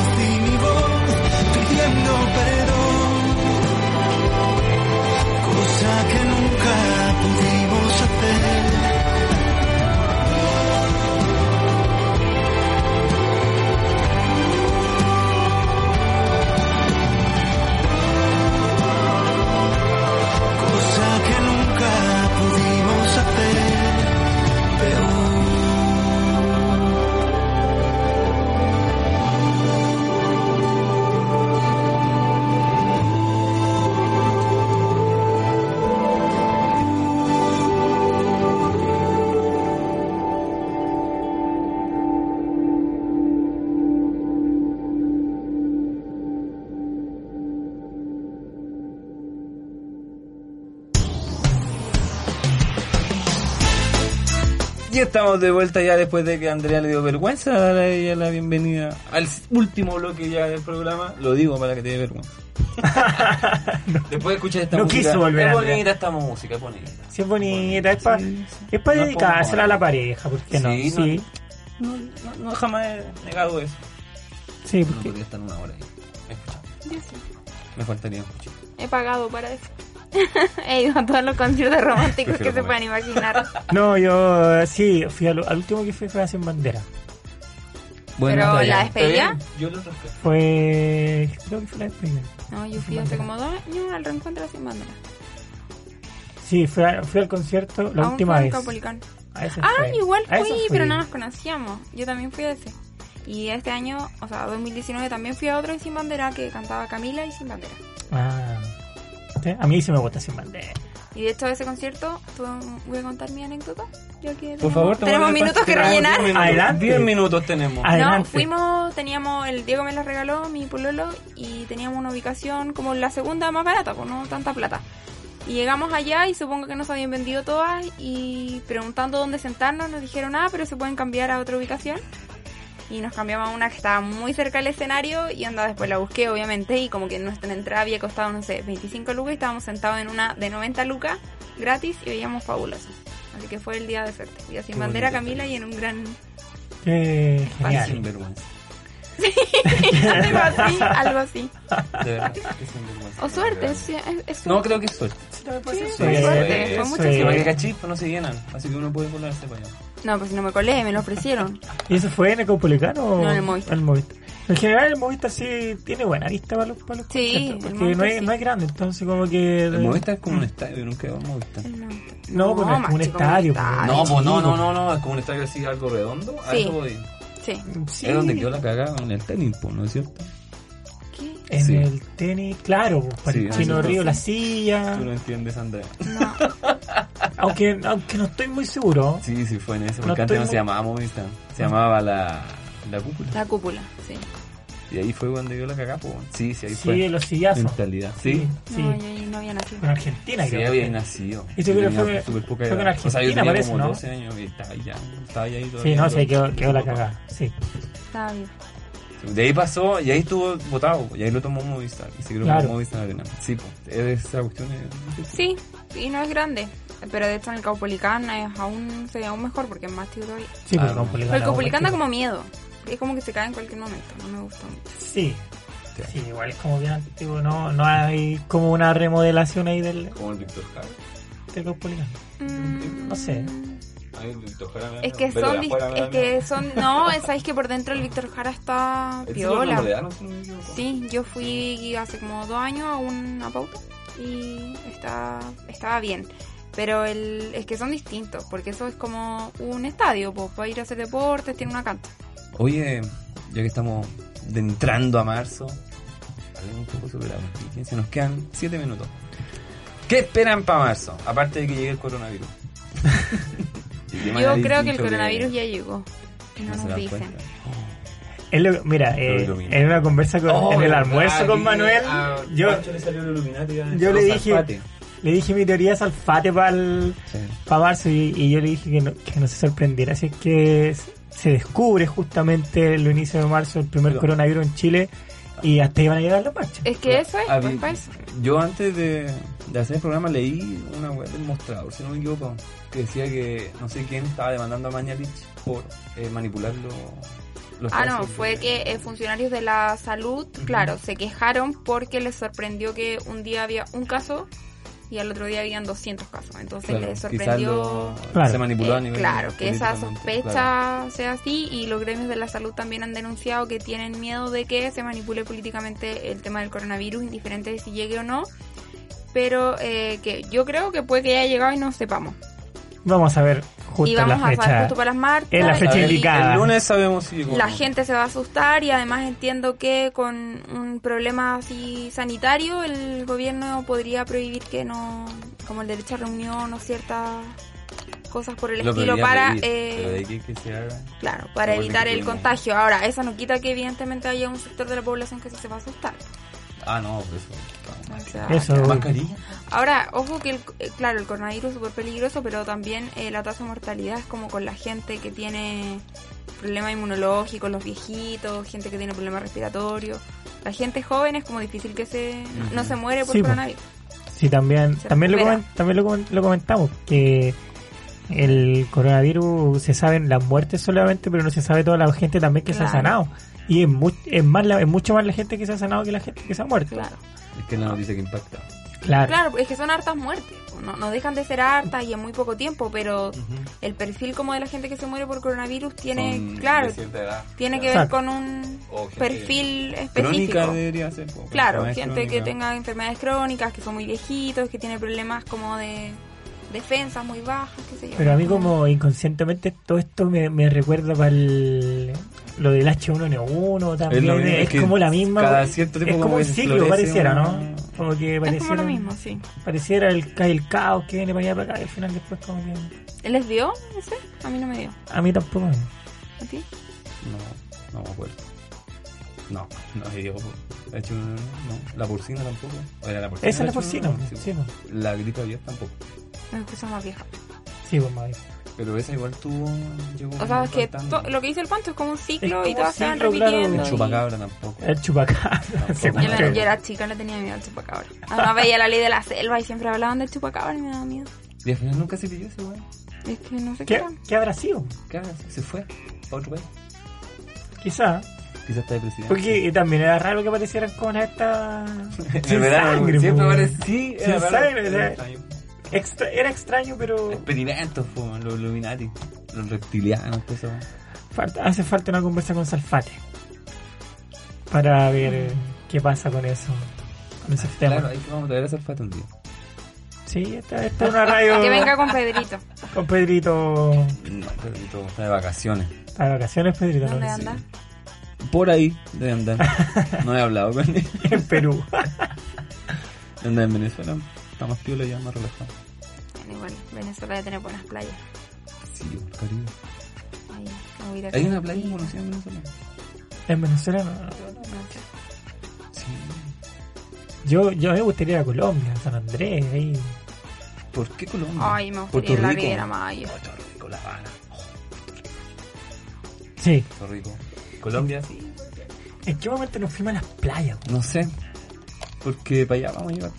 Aquí estamos de vuelta ya después de que Andrea le dio vergüenza dar a ella la bienvenida al último bloque ya del programa. Lo digo para que te dé vergüenza. Después escuchas esta
No
música.
quiso volver,
es
Andrea.
bonita esta música, es bonita.
Si es bonita, es para es pa
No es
dedicársela a la
como-
pareja, ¿por qué no?
Sí,
Sí,
no- No, no, no jamás he negado eso.
sí,
No
porque
podría estar una hora ahí. escuchando. Me faltaría mucho.
He pagado para eso. He ido a todos los conciertos románticos que
Prefiero
se
comer.
puedan imaginar.
No, yo eh, sí, fui al, al último que fui fue a Sin Bandera.
Bueno, Pero la
está bien.
despedida.
Yo lo respeto.
Fue. Creo que fue la despedida.
No, yo fui hace como dos años al reencuentro sin bandera.
Sí, fui, a- fui al concierto la
A un
última
plan
vez.
Caupolicán.
A ese
Ah,
fue.
igual
A
fui,
ese fui.
pero no nos conocíamos. Yo también fui a ese. Y este año, o sea, 2019, también fui a otro de Sin Bandera que cantaba Camila y Sin Bandera.
Ah. Sí, A mí sí me gusta Sin Bandera.
Y de hecho, de ese concierto, tuve un- voy a contar mi anécdota. Ya que
Por
tenemos-
favor,
tenemos minutos que rellenar.
Adelante.
10 minutos tenemos.
Ah,
No,
Adelante.
fuimos, teníamos, el Diego me la regaló, mi pololo, y teníamos una ubicación como la segunda más barata, por no tanta plata. Y llegamos allá y supongo que nos habían vendido todas y preguntando dónde sentarnos nos dijeron, ah, pero se pueden cambiar a otra ubicación. Y nos cambiamos a una que estaba muy cerca del escenario y anda después la busqué obviamente y como que nuestra entrada había costado, no sé, 25 lucas y estábamos sentados en una de 90 lucas gratis y veíamos fabuloso. Así que fue el día de suerte. Día sin
Qué
bandera
bonito.
Camila y en un gran
Qué
Sin
Eh, genial.
vergüenza.
algo así, algo así.
De verdad, qué sinvergüenza.
O suerte, es, es- es
No,
suerte.
creo que es suerte.
Sí,
fue
fue
suerte,
suerte,
eso
fue mucha
es. eh,
Sí, porque
suerte.
cachis, pues, no se llenan, así que uno puede este volarse para allá.
No, pues no me colé, me lo ofrecieron.
¿Y eso fue en el Caupolicán o
No, en el Movistar.
En, En general, el Movistar sí tiene buena vista para los, para los
Sí,
conciertos,
el
Porque no
Movistar
es,
sí.
no es grande, entonces, como que.
El Movistar es como un estadio, nunca he ido a un Movistar.
No, pues no es como un
más chico,
estadio,
como un
pues.
No,
Ay,
pues no,
chico.
no, no, no, es como un estadio así, algo redondo. A
Sí.
eso voy.
Sí.
Sí,
Es donde quedó la cagada en el tenis, pues, ¿no es cierto?
¿Qué?
En
Sí.
el tenis, claro, pues, para
Sí,
el
así
Chino
es.
Río, la silla.
Tú no entiendes, Andrea.
No.
Aunque, aunque no estoy muy seguro.
Sí, sí, fue en ese,
No
porque antes
estoy
no
muy-
se llamaba Movistar, se llamaba la, la cúpula.
La cúpula, sí.
Y ahí fue cuando quedó la cagada, pues. Sí, sí, ahí
Sí,
fue.
los sillazos.
Mentalidad. Sí.
sí.
No, yo ahí no había nacido.
Con Argentina,
Sí,
creo.
había nacido.
Y tú creo que
Tenía
fue-
súper poca
fue
edad.
con
O sea, yo
Argentina,
tenía
parece,
como
¿no?
12 años y estaba ya, estaba ya ahí
Sí,
todavía,
no, sí,
pero-
quedó, quedó la cagada. Sí.
Estaba bien.
De ahí pasó, y ahí estuvo votado, y ahí lo tomó Movistar, y se creó
Claro.
como Movistar Arena. Sí, pues, es esa cuestión es-
Sí, y no es grande. Pero de hecho en el Caupolicán es aún, se ve aún mejor porque es más chico todavía.
Sí, pues,
Ah,
pero
no.
Caupolicán
Pero el
era
Caupolicán da
muy
como miedo. Es como que se cae en cualquier momento. No me gusta mucho.
chico. Sí. Sí, igual es como bien antiguo, no, no hay como una remodelación ahí del,
como el Víctor Jara.
del Caupolicán.
Mm.
No sé.
A mí el Víctor Jara me da
Es que
miedo,
son,
pero de afuera
dis-
me da
es que
miedo.
son, no, sabes que por dentro el Víctor Jara está
Este es lo
piola.
Napoleano, si no me equivoco.
Sí, yo fui hace como dos años a una pauta y está, estaba bien. Pero el, es que son distintos, porque eso es como un estadio, pues para ir a hacer deportes, tiene una cancha.
Oye, ya que estamos de- entrando a marzo, hablemos un poco sobre la contingencia. Nos quedan 7 minutos. ¿Qué esperan para marzo? Aparte de que llegue el coronavirus.
Yo creo que el coronavirus ya llegó. Y No, nos dicen.
Es lo- mira, eh,
Lo ilumina. Oh,
en una conversa con, en el almuerzo
Ah,
con Manuel, yo
le salió el Illuminati ya
yo le
Los
dije-
alfates.
le dije mi teoría es alfate para
Sí.
marzo y, y yo le dije que no, que no se sorprendiera. Así es que s- se descubre justamente el inicio de marzo el primer
Pero-
coronavirus en Chile y hasta iban a llegar las marchas.
Es que eso es,
Ah,
pues,
vi-
para eso.
Yo antes de, de hacer el programa leí una web del mostrador, si no me equivoco, que decía que no sé quién estaba demandando a Mañalich por eh, manipular los... los
Ah, no,
precios
fue
de-
que eh, funcionarios de la salud, claro, se quejaron porque les sorprendió que un día había un caso y al otro día habían 200 casos. Entonces
Claro,
les
quizás
sorprendió...
lo-
Claro.
se manipuló a
Eh,
nivel
claro, que esa
políticamente,
sospecha
claro.
sea así y los gremios de la salud también han denunciado que tienen miedo de que se manipule políticamente el tema del coronavirus, indiferente de si llegue o no, pero eh, que yo creo que puede que haya llegado y no sepamos.
Vamos a ver justo
y vamos
la
a saber
fecha.
justo para las marchas.
Es la fecha
y-
indicada.
El lunes sabemos si llegó o
la
no.
gente se va a asustar y además entiendo que con un problema así sanitario el gobierno podría prohibir que no, como el derecho a reunión o ciertas cosas por el
Lo
estilo
podrían
para...
medir,
eh,
pero de ahí que- que se haga.
Claro, para
Recuerden
evitar
que
el
tiene-
contagio. Ahora, eso no quita que evidentemente haya un sector de la población que sí se va a asustar.
Ah, no, por eso.
O sea,
Eso, güey.
¿Mascarilla?
Ahora, ojo que, el, eh, claro, el coronavirus es súper peligroso, pero también eh, la tasa de mortalidad es como con la gente que tiene problemas inmunológicos, los viejitos, gente que tiene problemas respiratorios. La gente joven es como difícil que se no se muere por
Sí, po.
coronavirus.
Sí, también,
Se
también, lo,
recupera.
comen- también lo, comen- lo comentamos, que el coronavirus se saben las muertes solamente, pero no se sabe toda la gente también que se ha
Claro.
sanado. Y es, mu- es, más la- es mucho más la gente que se ha sanado que la gente que se ha muerto.
Claro.
Es que es la noticia que impacta.
Claro.
Claro, es que son hartas muertes. po. No, no dejan de ser hartas y en muy poco tiempo, pero el perfil como de la gente que se muere por coronavirus tiene,
Son
claro,
de cierta edad.
tiene que ver
Exacto.
con un
O gente
perfil específico.
Crónica debería ser. pues, po,
Claro,
enfermedades
gente que
crónicas.
tenga enfermedades crónicas, que son muy viejitos, que tiene problemas como de defensas muy bajas, qué sé yo.
Pero a mí como inconscientemente todo esto me, me recuerda para el, lo del H1N1 también.
Es lo
Es,
mismo, es que
como la misma...
cada cierto tiempo
es como
como
un
que
ciclo,
florece
pareciera,
una-
¿no? Como que
es como
pareciera,
lo mismo, sí.
pareciera el, ca- el caos que viene para allá, para acá, y al final después como que...
¿Les dio ese? A mí no me dio.
A mí tampoco.
¿A ti?
No, no me acuerdo. No, no, yo he hecho un- no, la porcina tampoco. ¿O era la porcina?
Esa es la
He hecho
porcina,
un-
sí, pues.
sí,
po.
La gripe aviar tampoco.
No, es que son más viejas.
Sí, pues, madre.
Pero esa igual tuvo. Llevó
O sea, es que
impactando.
to- lo que dice el panto es como un
Es
ciclo
como
y todas se van
ciclo, claro.
repitiendo.
El
y-
chupacabra tampoco.
El chupacabra. pues. se
Yo, la-
manchó.
yo era chica, le tenía miedo al chupacabra. Además veía la ley de la selva y siempre hablaban del chupacabra y me daba miedo.
Y al final nunca se pilló ese weón.
Es que no sé qué,
¿Qué,
era.
qué habrá sido?
¿Qué hace? Se fue. Pa' Otro país.
Quizá.
Quizás está de presidente.
Porque eh, también era raro que aparecieran con esta...
En el verano, siempre
pues.
aparece. Sí,
Sin
era
sangre,
verdad.
o sea, Extra- era extraño, pero
Experimentos, po, los Illuminati. Los reptilianos, todo eso.
falta- hace falta una conversa con Salfate. Para ver eh, qué pasa con eso. Con esos temas.
Ah. Claro, ahí que vamos a traer a Salfate un día.
Sí, esta, esta es una radio
Que venga con Pedrito.
con Pedrito.
No, pero y todo, está de vacaciones.
Está de vacaciones, Pedrito.
¿Dónde
¿no?
anda?
Por ahí debe andar. No he hablado con él.
En Perú.
Anda en Venezuela. Está más piola ya, más relajado.
Bueno, igual, Venezuela debe tener buenas playas.
Sí, por Caribe.
Ay, me voy a ir a
¿Hay una
Cancún.
playa que conocida en Venezuela?
En Venezuela no.
No sé.
Sí.
Yo, yo me gustaría ir a Colombia, San Andrés, ahí.
¿Por qué Colombia?
Ay, me gustaría ir a la Riviera Maya.
Oh, Puerto Rico, La Habana.
Sí.
Oh, Puerto Rico. Colombia, sí.
¿En qué momento nos fuimos a las playas? güey?
No sé. Porque para allá vamos a llevar.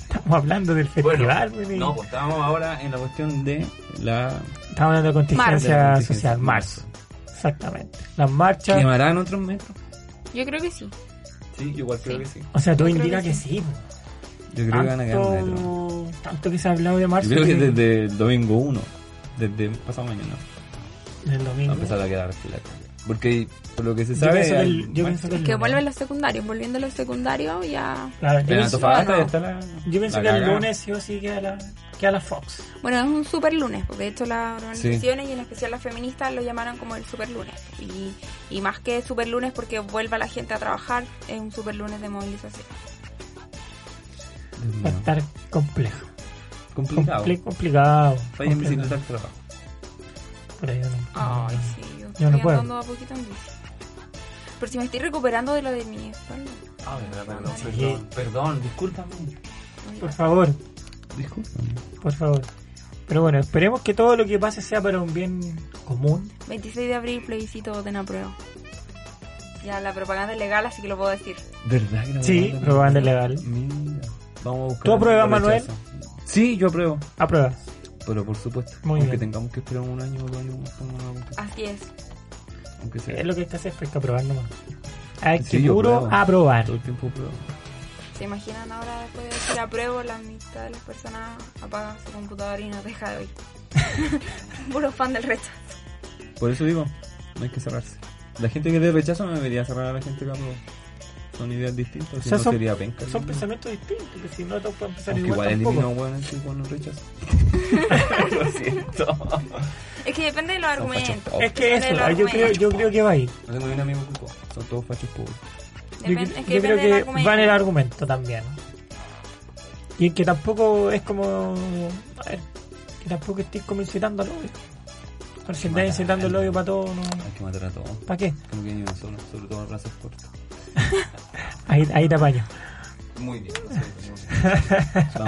Estamos hablando del festival, güey.
no, pues estábamos ahora en la cuestión de la.
Estamos hablando de contingencia
Marzo.
social, marzo. Exactamente. Las marchas.
¿Quemarán otros metros?
Yo creo que sí.
Sí, yo igual creo que sí.
O sea, tú
Yo creo
indicas
que
que sí. güey.
Yo creo que van a quedar metros.
tanto, tanto que se ha hablado de marzo.
Yo creo que
que-
desde el domingo 1, desde pasado mañana,
del
va
domingo.
a Ah, empezar a quedar la calle. Porque por lo que se
Mm. Yo
sabe,
pienso que
al-
el- yo pienso que el
Que
lunes.
vuelven los secundarios. Volviendo a los secundarios, ya.
Claro, yo
en
pienso,
Antofagasta
no, no.
está la.
yo pienso
la
que el
cagada.
lunes sí o sí queda la, queda la Fox.
Bueno, es un super lunes, porque de hecho las organizaciones y en especial las feministas lo llamaron como el super lunes. Y, y más que super lunes porque vuelva la gente a trabajar, es un super lunes de movilización.
Dios
Va a
mío.
estar complejo.
Mm. Complicado.
Comple- complicado.
Vaya en
complejo.
bicicleta al trabajo.
Por ahí, ¿no?
Ay, sí, yo
Yo
estoy
no puedo.
andando a poquito en bici. Pero si me estoy recuperando de lo de mi espalda.
Ah, verdad, perdón,
Sí.
perdón, perdón, discúlpame.
Por favor,
Discúlpame.
por favor. Pero bueno, esperemos que todo lo que pase sea para un bien común.
26 de abril, plebiscito, voten a prueba. Ya, la propaganda es legal, así que lo puedo decir.
¿Verdad que no
Sí,
verdad,
propaganda
verdad.
legal.
Mira. Vamos a buscar.
¿Tú apruebas,
el
Manuel?
rechazo. Sí, yo apruebo.
Aprueba.
Pero por supuesto,
Muy
aunque
bien.
tengamos que esperar un año o dos años, vamos a votar,
Así es.
aunque sea.
Es lo que hay que hacer, pues, hay que aprobar nomás. Hay
Sí,
que
yo
puro
apruebo.
aprobar.
Todo el tiempo apruebo.
¿Se imaginan ahora después de decir apruebo, la mitad de las personas apaga su computadora y nos deja de hoy? Puro fan del rechazo.
Por eso digo, no hay que cerrarse. La gente que dé rechazo no debería cerrar a la gente que aprueba. Son ideas distintas, si
sea,
no
son-
sería penca.
Son pensamientos distintos, que si no todos pueden pensar
Aunque
igual,
igual es
tampoco.
divino, weón, así con un rechazo. Lo siento.
Es que depende de los
Son fachos
argumentos.
pobres.
Es que eso,
Depende de los
ah, yo
argumentos.
creo, yo creo que va ahí.
No tengo ni un amigo cupo. Son todos fachos pobres.
Yo,
Depen- es
yo
que depende
creo
del
que
argumento.
va en el argumento también. Y que tampoco es como. A ver, que tampoco estés como incitando al odio. Pero si estás incitando el odio para todo, no.
Hay que matar a todos.
¿Para qué?
Que no quede ni uno solo, sobre todo en razas cortas.
Ahí, ahí te apaño.
Muy bien.
Vamos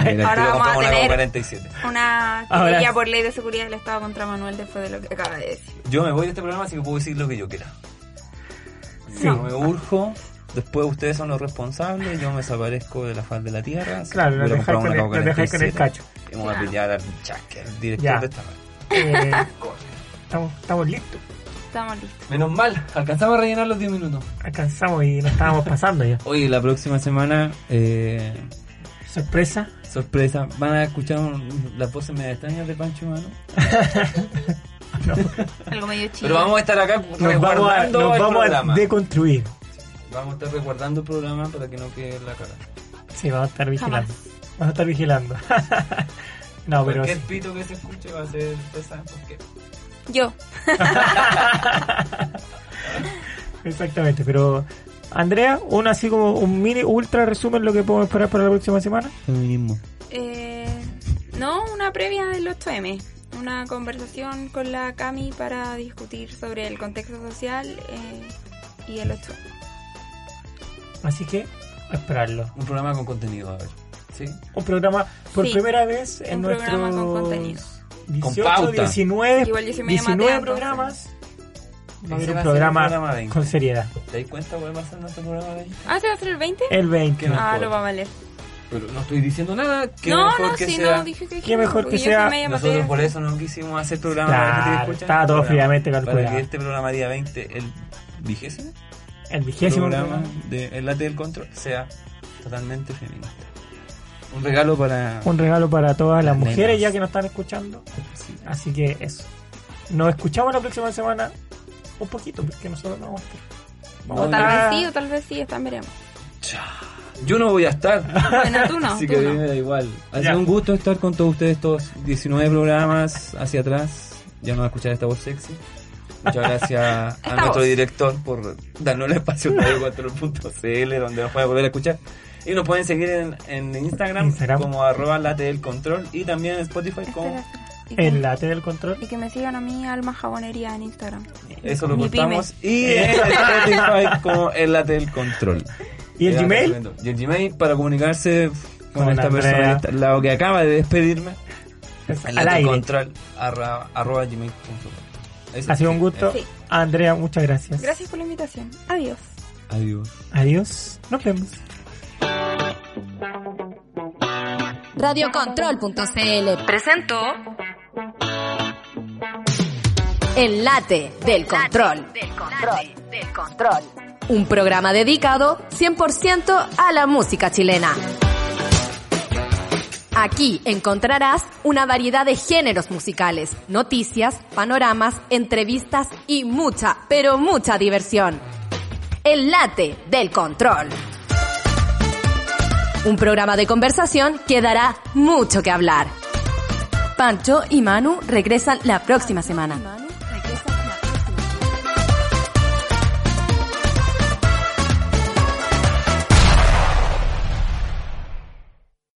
a ir al
Ahora
tiro,
vamos a
compramos la
tener-
47.
Una
Ahora-
querella por ley de seguridad del Estado contra Manuel después de lo que acaba de decir.
Yo me voy de este programa, así que puedo decir lo que yo quiera.
Sí.
No me urjo. Después ustedes son los responsables. Yo me desaparezco de la faz de la tierra. así
Claro,
que
lo
voy a
dejáis
comprar
con
una
el-
Coca
lo dejáis con el
47.
cacho.
Y vamos a
Claro.
pillar al Chasque, el director
Ya.
de esta radio.
Eh, estamos, estamos listos.
Estamos listos.
Menos mal, alcanzamos a rellenar los 10 minutos.
Alcanzamos y nos estábamos pasando ya.
Oye, la próxima semana, eh,
Sorpresa.
sorpresa, van a escuchar un- las voces medio extrañas de Pancho y Manu.
Algo medio chido.
Pero vamos a estar acá
Nos vamos a,
resguardando
nos
el
vamos a
programa.
deconstruir.
Vamos a estar resguardando el programa para que no quede la cara.
Sí, vamos a estar
Jamás.
vigilando. Vamos a estar vigilando. no, pero
Cualquier
sí.
pito que se escuche va a ser, ustedes saben por qué.
Yo.
Exactamente, pero Andrea, un así como un mini ultra resumen lo que podemos esperar para la próxima semana.
Feminismo.
Eh, no, una previa del 8M. Una conversación con la Cami para discutir sobre el contexto social eh, y el 8M.
Así que a esperarlo.
Un programa con contenido, a ver. ¿Sí?
Un programa por
Sí,
primera vez en
un
nuestro
programa con contenido.
18,
Con pauta.
19,
Igual yo soy media
19
matea,
programas. Va a haber un
Ese va a ser el programa
programa
20.
con seriedad.
¿Te das cuenta cuál va a ser nuestro este programa de ahí?
Ah, ¿se va a hacer el 20?
El 20.
Qué mejor.
Ah, lo va a valer.
Pero no estoy diciendo nada. que-
No,
mejor
no,
que
sí,
sea-
no, dije que
Qué mejor
porque
que
yo soy
sea-
media
Nosotros
matea.
por eso no quisimos hacer programa para que te
Claro,
escucharan.
estaba todo
Programa.
fríamente calculado.
Para que este programa día 20, el vigésimo
El vigésimo
programa
programa.
de El Late del Control, sea totalmente feminista. Un regalo para...
Un regalo para todas las
Las
mujeres
nenas.
ya que nos están escuchando.
Sí.
Así que eso. Nos escuchamos la próxima semana un poquito, porque nosotros no vamos a estar. Vamos
O
a
tal
estar-
vez sí, o tal vez sí, están veremos.
Yo no voy a estar.
Bueno, tú no,
Así
tú
que a
no.
mí me da igual. Ha
Ya.
sido un gusto estar con todos ustedes estos 19 programas hacia atrás. Ya no va a escuchar esta voz sexy. Muchas gracias a
Esta
nuestro
voz.
director por darnos el espacio Radio 4.cl donde nos pueden volver a escuchar. Y nos pueden seguir en, en Instagram,
Instagram.
como arroba late del control y también en Spotify
Espera,
como
espera. Y que-
El late del control.
Y que me sigan a mí, Alma Jabonería, en Instagram.
eso lo
Mi Eh.
contamos. Y en Spotify como el late del control.
¿Y el
Ya,
Gmail?
tremendo. Y el Gmail para comunicarse con,
Con
esta
Andrea.
persona, que está al lado que acaba de despedirme.
Es
En
al
la
aire.
control arroba, arroba gmail.com. Eso,
Ha sido
sí,
un gusto.
Sí.
Andrea, muchas gracias.
Gracias por la invitación. Adiós.
eh, Adiós.
Adiós. Nos vemos.
Radiocontrol.cl presentó El late del control. Un programa dedicado 100% a la música chilena. Aquí encontrarás una variedad de géneros musicales, noticias, panoramas, entrevistas y mucha, pero mucha diversión. El late del control. Un programa de conversación que dará mucho que hablar. Pancho y Manu regresan la próxima semana.